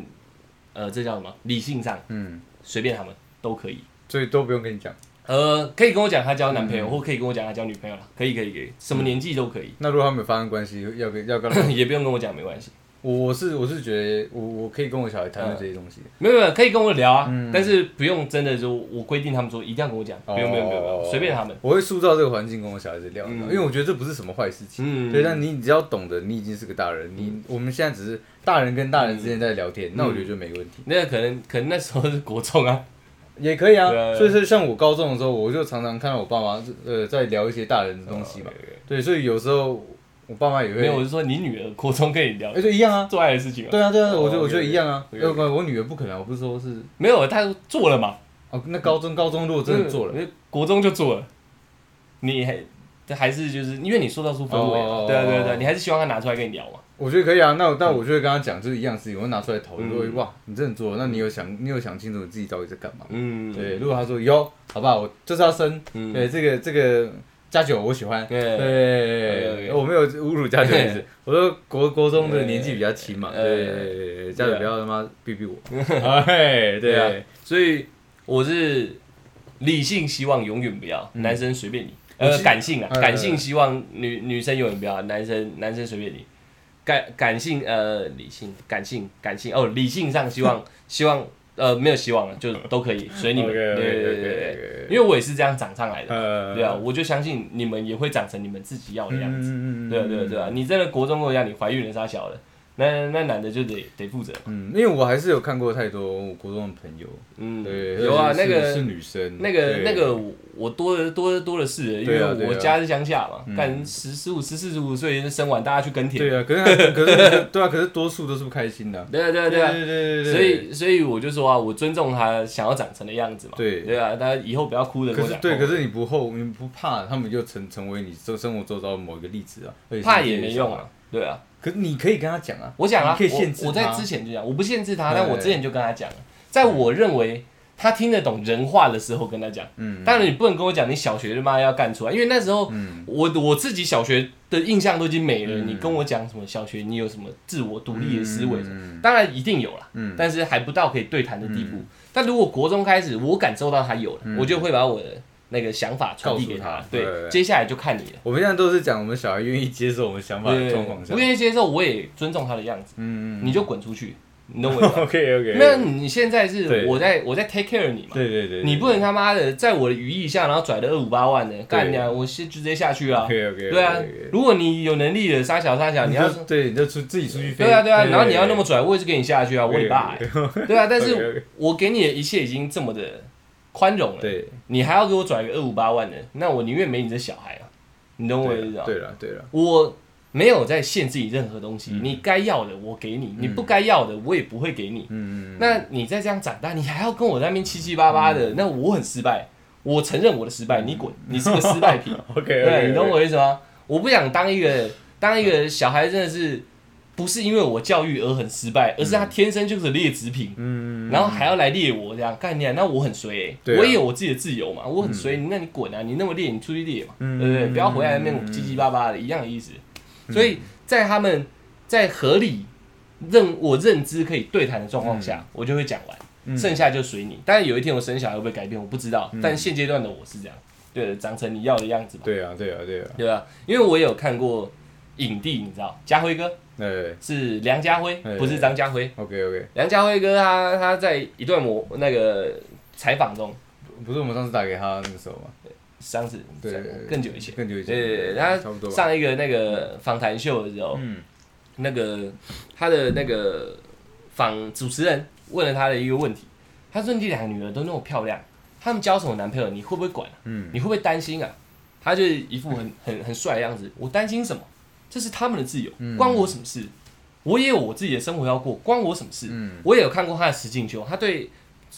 呃，这叫什么？理性上嗯，随便他们都可以。所以都不用跟你讲。呃，可以跟我讲他交男嗯朋友，或可以跟我讲他交女朋友了，可以，可以，可以，什么年纪都可以， 那如果他们有发生关系，要跟要跟他也不用跟我讲，没关系。我我是我是觉得我我可以跟我小孩谈嗯论这些东西。没有没有，可以跟我聊啊，嗯但是不用真的就我规定他们说一定要跟我讲，哦不用不用不用不用，哦随便他们。我会塑造这个环境跟我小孩子聊，嗯因为我觉得这不是什么坏事情。嗯，对，但你只要懂得，你已经是个大人，你我们现在只是大人跟大人之间在聊嗯天，那我觉得就没问题，那可能可能那时候是国中啊，也可以啊对啊对啊。所以说，像我高中的时候，我就常常看到我爸妈呃在聊一些大人的东西嘛。对，所以有时候我爸妈也哦没有，我会，是说你女儿国中跟你聊哎，就一样啊。做爱的事情啊，对啊，对啊，哦我觉 OK，得我觉得 OK，一样啊。 OK，OK 要不然我女儿不可能，我不是说是没有，她做了嘛，哦，那高中高中如果嗯真的做了，，国中就做了，你还这还是就是因为你塑造出氛围啊哦，对啊对啊对啊，你还是希望她拿出来跟你聊嘛，我觉得可以啊，那我但我就会跟他讲，就是一样的事情，我会拿出来讨论，嗯说、哇，你真的做了，那你有想你有想清楚你自己到底在干嘛？嗯，对，如果他说有，好不好？我就是要生，嗯对这个这个加九我喜欢，对对对，我没有侮辱加九的 意思，我说国国中的年纪比较轻嘛，对对对对对对，加九对啊不要他妈逼 逼我，哎，对对啊啊，，所以我是理性希望永远不要，男生随便你。嗯我呃，其实感性啊，呃感性希望女女生永远不要，男生男生随便你。感感性呃，理性感性感性哦，理性上希望 希望呃没有希望了，就都 可以随你们。对 OK，OK，OK，对对对 OK，OK 对，因为我也是这样长上来的，呃对啊，，我就相信你们也会长成你们自己要的样子。嗯对啊对啊对啊，你真的国中跟我一样，你怀孕了啥小的，那那男的就得得负责。嗯，因为我还是有看过太多我国中的朋友，嗯，对，有啊，而且那是个是女生，那个对那个我我多的多的多的是，因对啊为对啊我家是乡下嘛，嗯干十十五、十四、十五岁生完，大家去耕田。 对啊，可是他可是对啊，可是多数都是不开心的啊。对啊，对啊，对啊。对对对。所以，所以我就说啊，我尊重他想要长成的样子嘛。对对啊，大家以后不要哭着对跟可我是讲。对，可哦是你不后，你不怕他们就成成为你周生活周遭的某一个例子啊，而且是怕自己也的没小用孩啊。。对啊，可是你可以跟他讲啊，我讲啊，你可以限制我我在他之前就讲，我不限制他，对但我之前就跟他讲了，在我认为他听得懂人话的时候跟他讲。嗯，当然你不能跟我讲你小学就妈要干出来，因为那时候、嗯我我自己小学的印象都已经没了。嗯你跟我讲什么小学，你有什么自我独立的思维什么？嗯当然一定有啦，嗯但是还不到可以对谈的地步。但如果国中开始，我感受到他有了，我就会把我的那个想法传递给嗯告诉他对，对对对接下来就看你了。我们现在都是讲我们小孩愿意接受我们想法的对状况下不，愿意接受，我也尊重他的样子，嗯嗯嗯你就滚出去，你懂我意思吗？ ，OK OK，那你现在是对我在我在 take care 你嘛？对对对，你不能他妈的在我的羽翼下，然后拽了二五八万的，干对你啊！我先直接下去 啊！ OK OK，对啊，如果你有能力的，杀小杀小，你你要要对你就出自己出去飞，对啊对啊，然后你要那么拽，我也是给你下去啊！我对你爸欸，对啊！但是我给你的一切已经这么的宽容了，对，你还要给我拽个二五八万的，那我宁愿没你这小孩啊！你懂我的意思啊？对了对了，我没有在限制你任何东西，你该要的我给你，你不该要的我也不会给你。嗯嗯，那你再这样长大，你还要跟我在那边七七八八的，那我很失败。我承认我的失败，你滚，你是个失败品。 OK，对，你懂我意思吗？我不想当一个当一嗯个小孩，真的是不是因为我教育而很失败，而是他天生就是劣质品，嗯，然后还要来猎我这样概念，那我很衰、欸，对啊我也有我自己的自由嘛，我很衰，那你滚啊，你那么猎，你出去猎嘛，嗯对不对？不要回来那边唧唧巴巴的，一样的意思。所以在他们在合理认我认知可以对谈的状况嗯下，我就会讲完。剩下就随你，当然有一天我生小孩会不会改变，我不知嗯道。但现阶段的我是这样，对的，长成你要的样子嘛。对啊对啊对啊，对吧？因为我也有看过影帝，你知道，家辉哥对是梁家辉，哎不是张家辉。 ，OK OK，梁家辉哥他他在一段模那个采访中，不是我们上次打给他那个时候吗？上次对，更久以前，更久以前，对对对，他差不多，上一个那个访谈秀的时候，嗯那个他的那个访主持人问了他的一个问题，他说：“你两个女儿都那么漂亮，他们交什么男朋友？你会不会管啊？嗯你会不会担心啊？”他就是一副很很很帅的样子，我担心什么？这是他们的自由，嗯关我什么事？我也有我自己的生活要过，关我什么事？嗯我也有看过他的实境秀，他对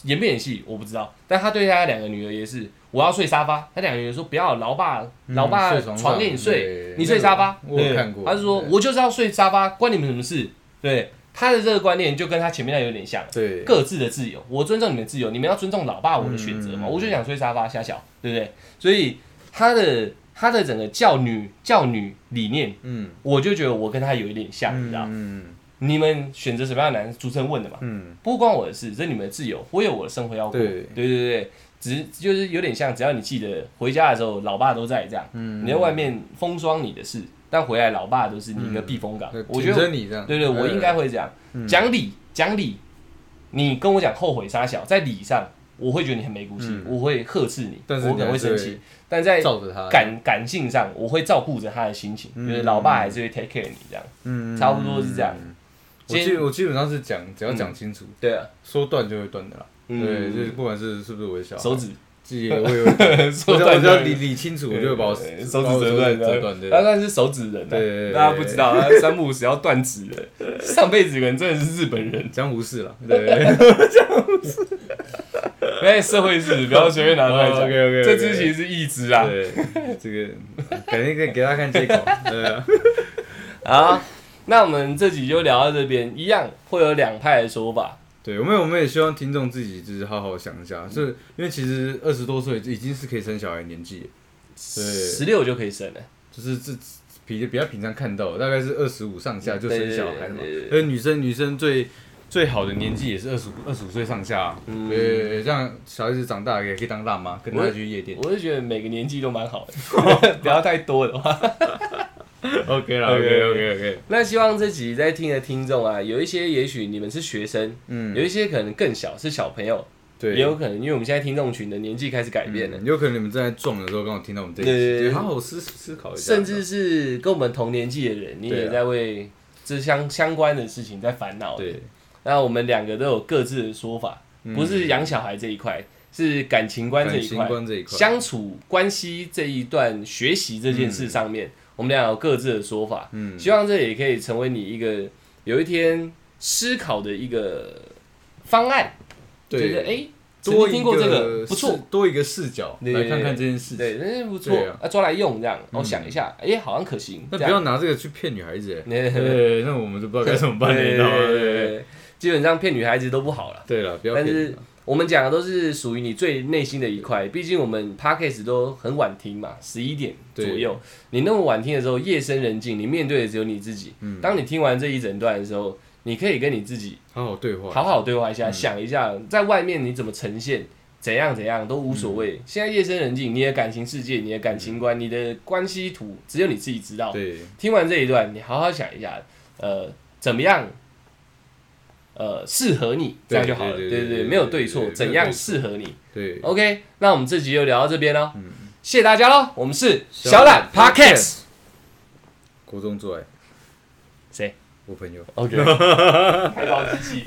演不演戏我不知道，但他对他两个女儿也是，我要睡沙发，他两个女儿说不要，老爸老爸嗯睡床上床给你睡对，你睡沙发，那个我有对看过他就说对我就是要睡沙发，关你们什么事？对，他的这个观念就跟他前面那有点像，对，各自的自由，我尊重你们的自由，你们要尊重老爸我的选择嘛，嗯我就想睡沙发瞎小，对不对？所以他的他的整个教女教女理念，嗯我就觉得我跟他有一点像，你知道？嗯你们选择什么样的男，主持人问的嘛，嗯不关我的事，这是你们的自由，我有我的生活要过。对对对对，只是就是有点像，只要你记得回家的时候，老爸都在这样。嗯，你在外面风霜你的事，但回来老爸都是你一个避风港。我觉得，你这样，哎对对，我应该会这样。嗯讲理讲理，你跟我讲后悔杀小，在理上我会觉得你很没骨气，嗯我会呵斥你，但是我你可能会还是生气，但在照着他，感感性上，我会照顾着他的心情，就是老爸还是会 take care 你这样。嗯差不多是这样。我基我基本上是讲，只要嗯讲清楚，对啊，说断就会断的啦。嗯对，就是不管是是不是我的小孩手，指自己也会 有，我手指只要我只要断理理清楚，我就会把我对把手我指折断，折断他的。算是手指人啊，对对对对大家不知道，他三不五时要断指人。上辈子可能真的是日本人，江湖事了，对 哎，社会史不要随便拿出来讲。哦，OK，OK，OK 这只其实是义肢啊。对，这个改天可以给他看借口， 对啊，啊，那我们这集就聊到这边，一样会有两派的说法。对，我们我们也希望听众自己就是好好想一下，是因为其实二十多岁已经是可以生小孩的年纪了，十对，六就可以生了，就是这比比较平常看到的，大概是二十五上下就生小孩嘛对对对，而女生女生最最好的年纪也是二十二十五岁上下啊，嗯对对，对这样小孩子长大也可以当大妈，跟我他也去夜店我就觉得每个年纪都蛮好 的，不要太多的话。 ，OK 啦 OK，OK，OK OK，那希望这集在听的听众啊，有一些也许你们是学生，有嗯，一些可能更小是小朋友，对，也有可能因为我们现在听众群的年纪开始改变了。嗯有可能你们正在撞的时候刚好听到我们这一对对对集，就好好思思考一下，甚至是跟我们同年纪的人，你对也啊在为这相相关的事情在烦恼。对，那我们两个都有各自的说法，嗯不是养小孩这一块，是感情观这感一情块、观这一块，相处关系这一段、学习这件事上面，我们俩有各自的说法。嗯希望这也可以成为你一个有一天思考的一个方案，觉得哎、对，诶曾多经一听过这个个，不错视，，多一个视角对来看看这件事情。对，那不错对啊，啊，抓来用这样，我想一下，哎，好像可行，那这不要样，拿这个去骗女孩子， 哎，对对，那我们就不知道该怎么办了，你 对知道吗？对对对，基本上骗女孩子都不好了。对了，不要但骗是人啊。我们讲的都是属于你最内心的一块，毕竟我们 podcast 都很晚听嘛，十一点左右。你那么晚听的时候，夜深人静，你面对的只有你自己。嗯当你听完这一整段的时候，你可以跟你自己好好对话，好好对话一下，想一下在外面你怎么呈现，怎样怎样都无所谓。现在夜深人静，你的感情世界、你的感情观、你的关系图，只有你自己知道。对，听完这一段，你好好想一下，呃，怎么样，呃，适合你，这对样就好了。对对对对对没有对对错对，对怎样适合你对，嗯？OK，那我们这集就聊到这边喽。谢谢大家喽，我们是小小懒懒 Podcast。国中做爱，谁我朋友。 ？OK，太暴自己。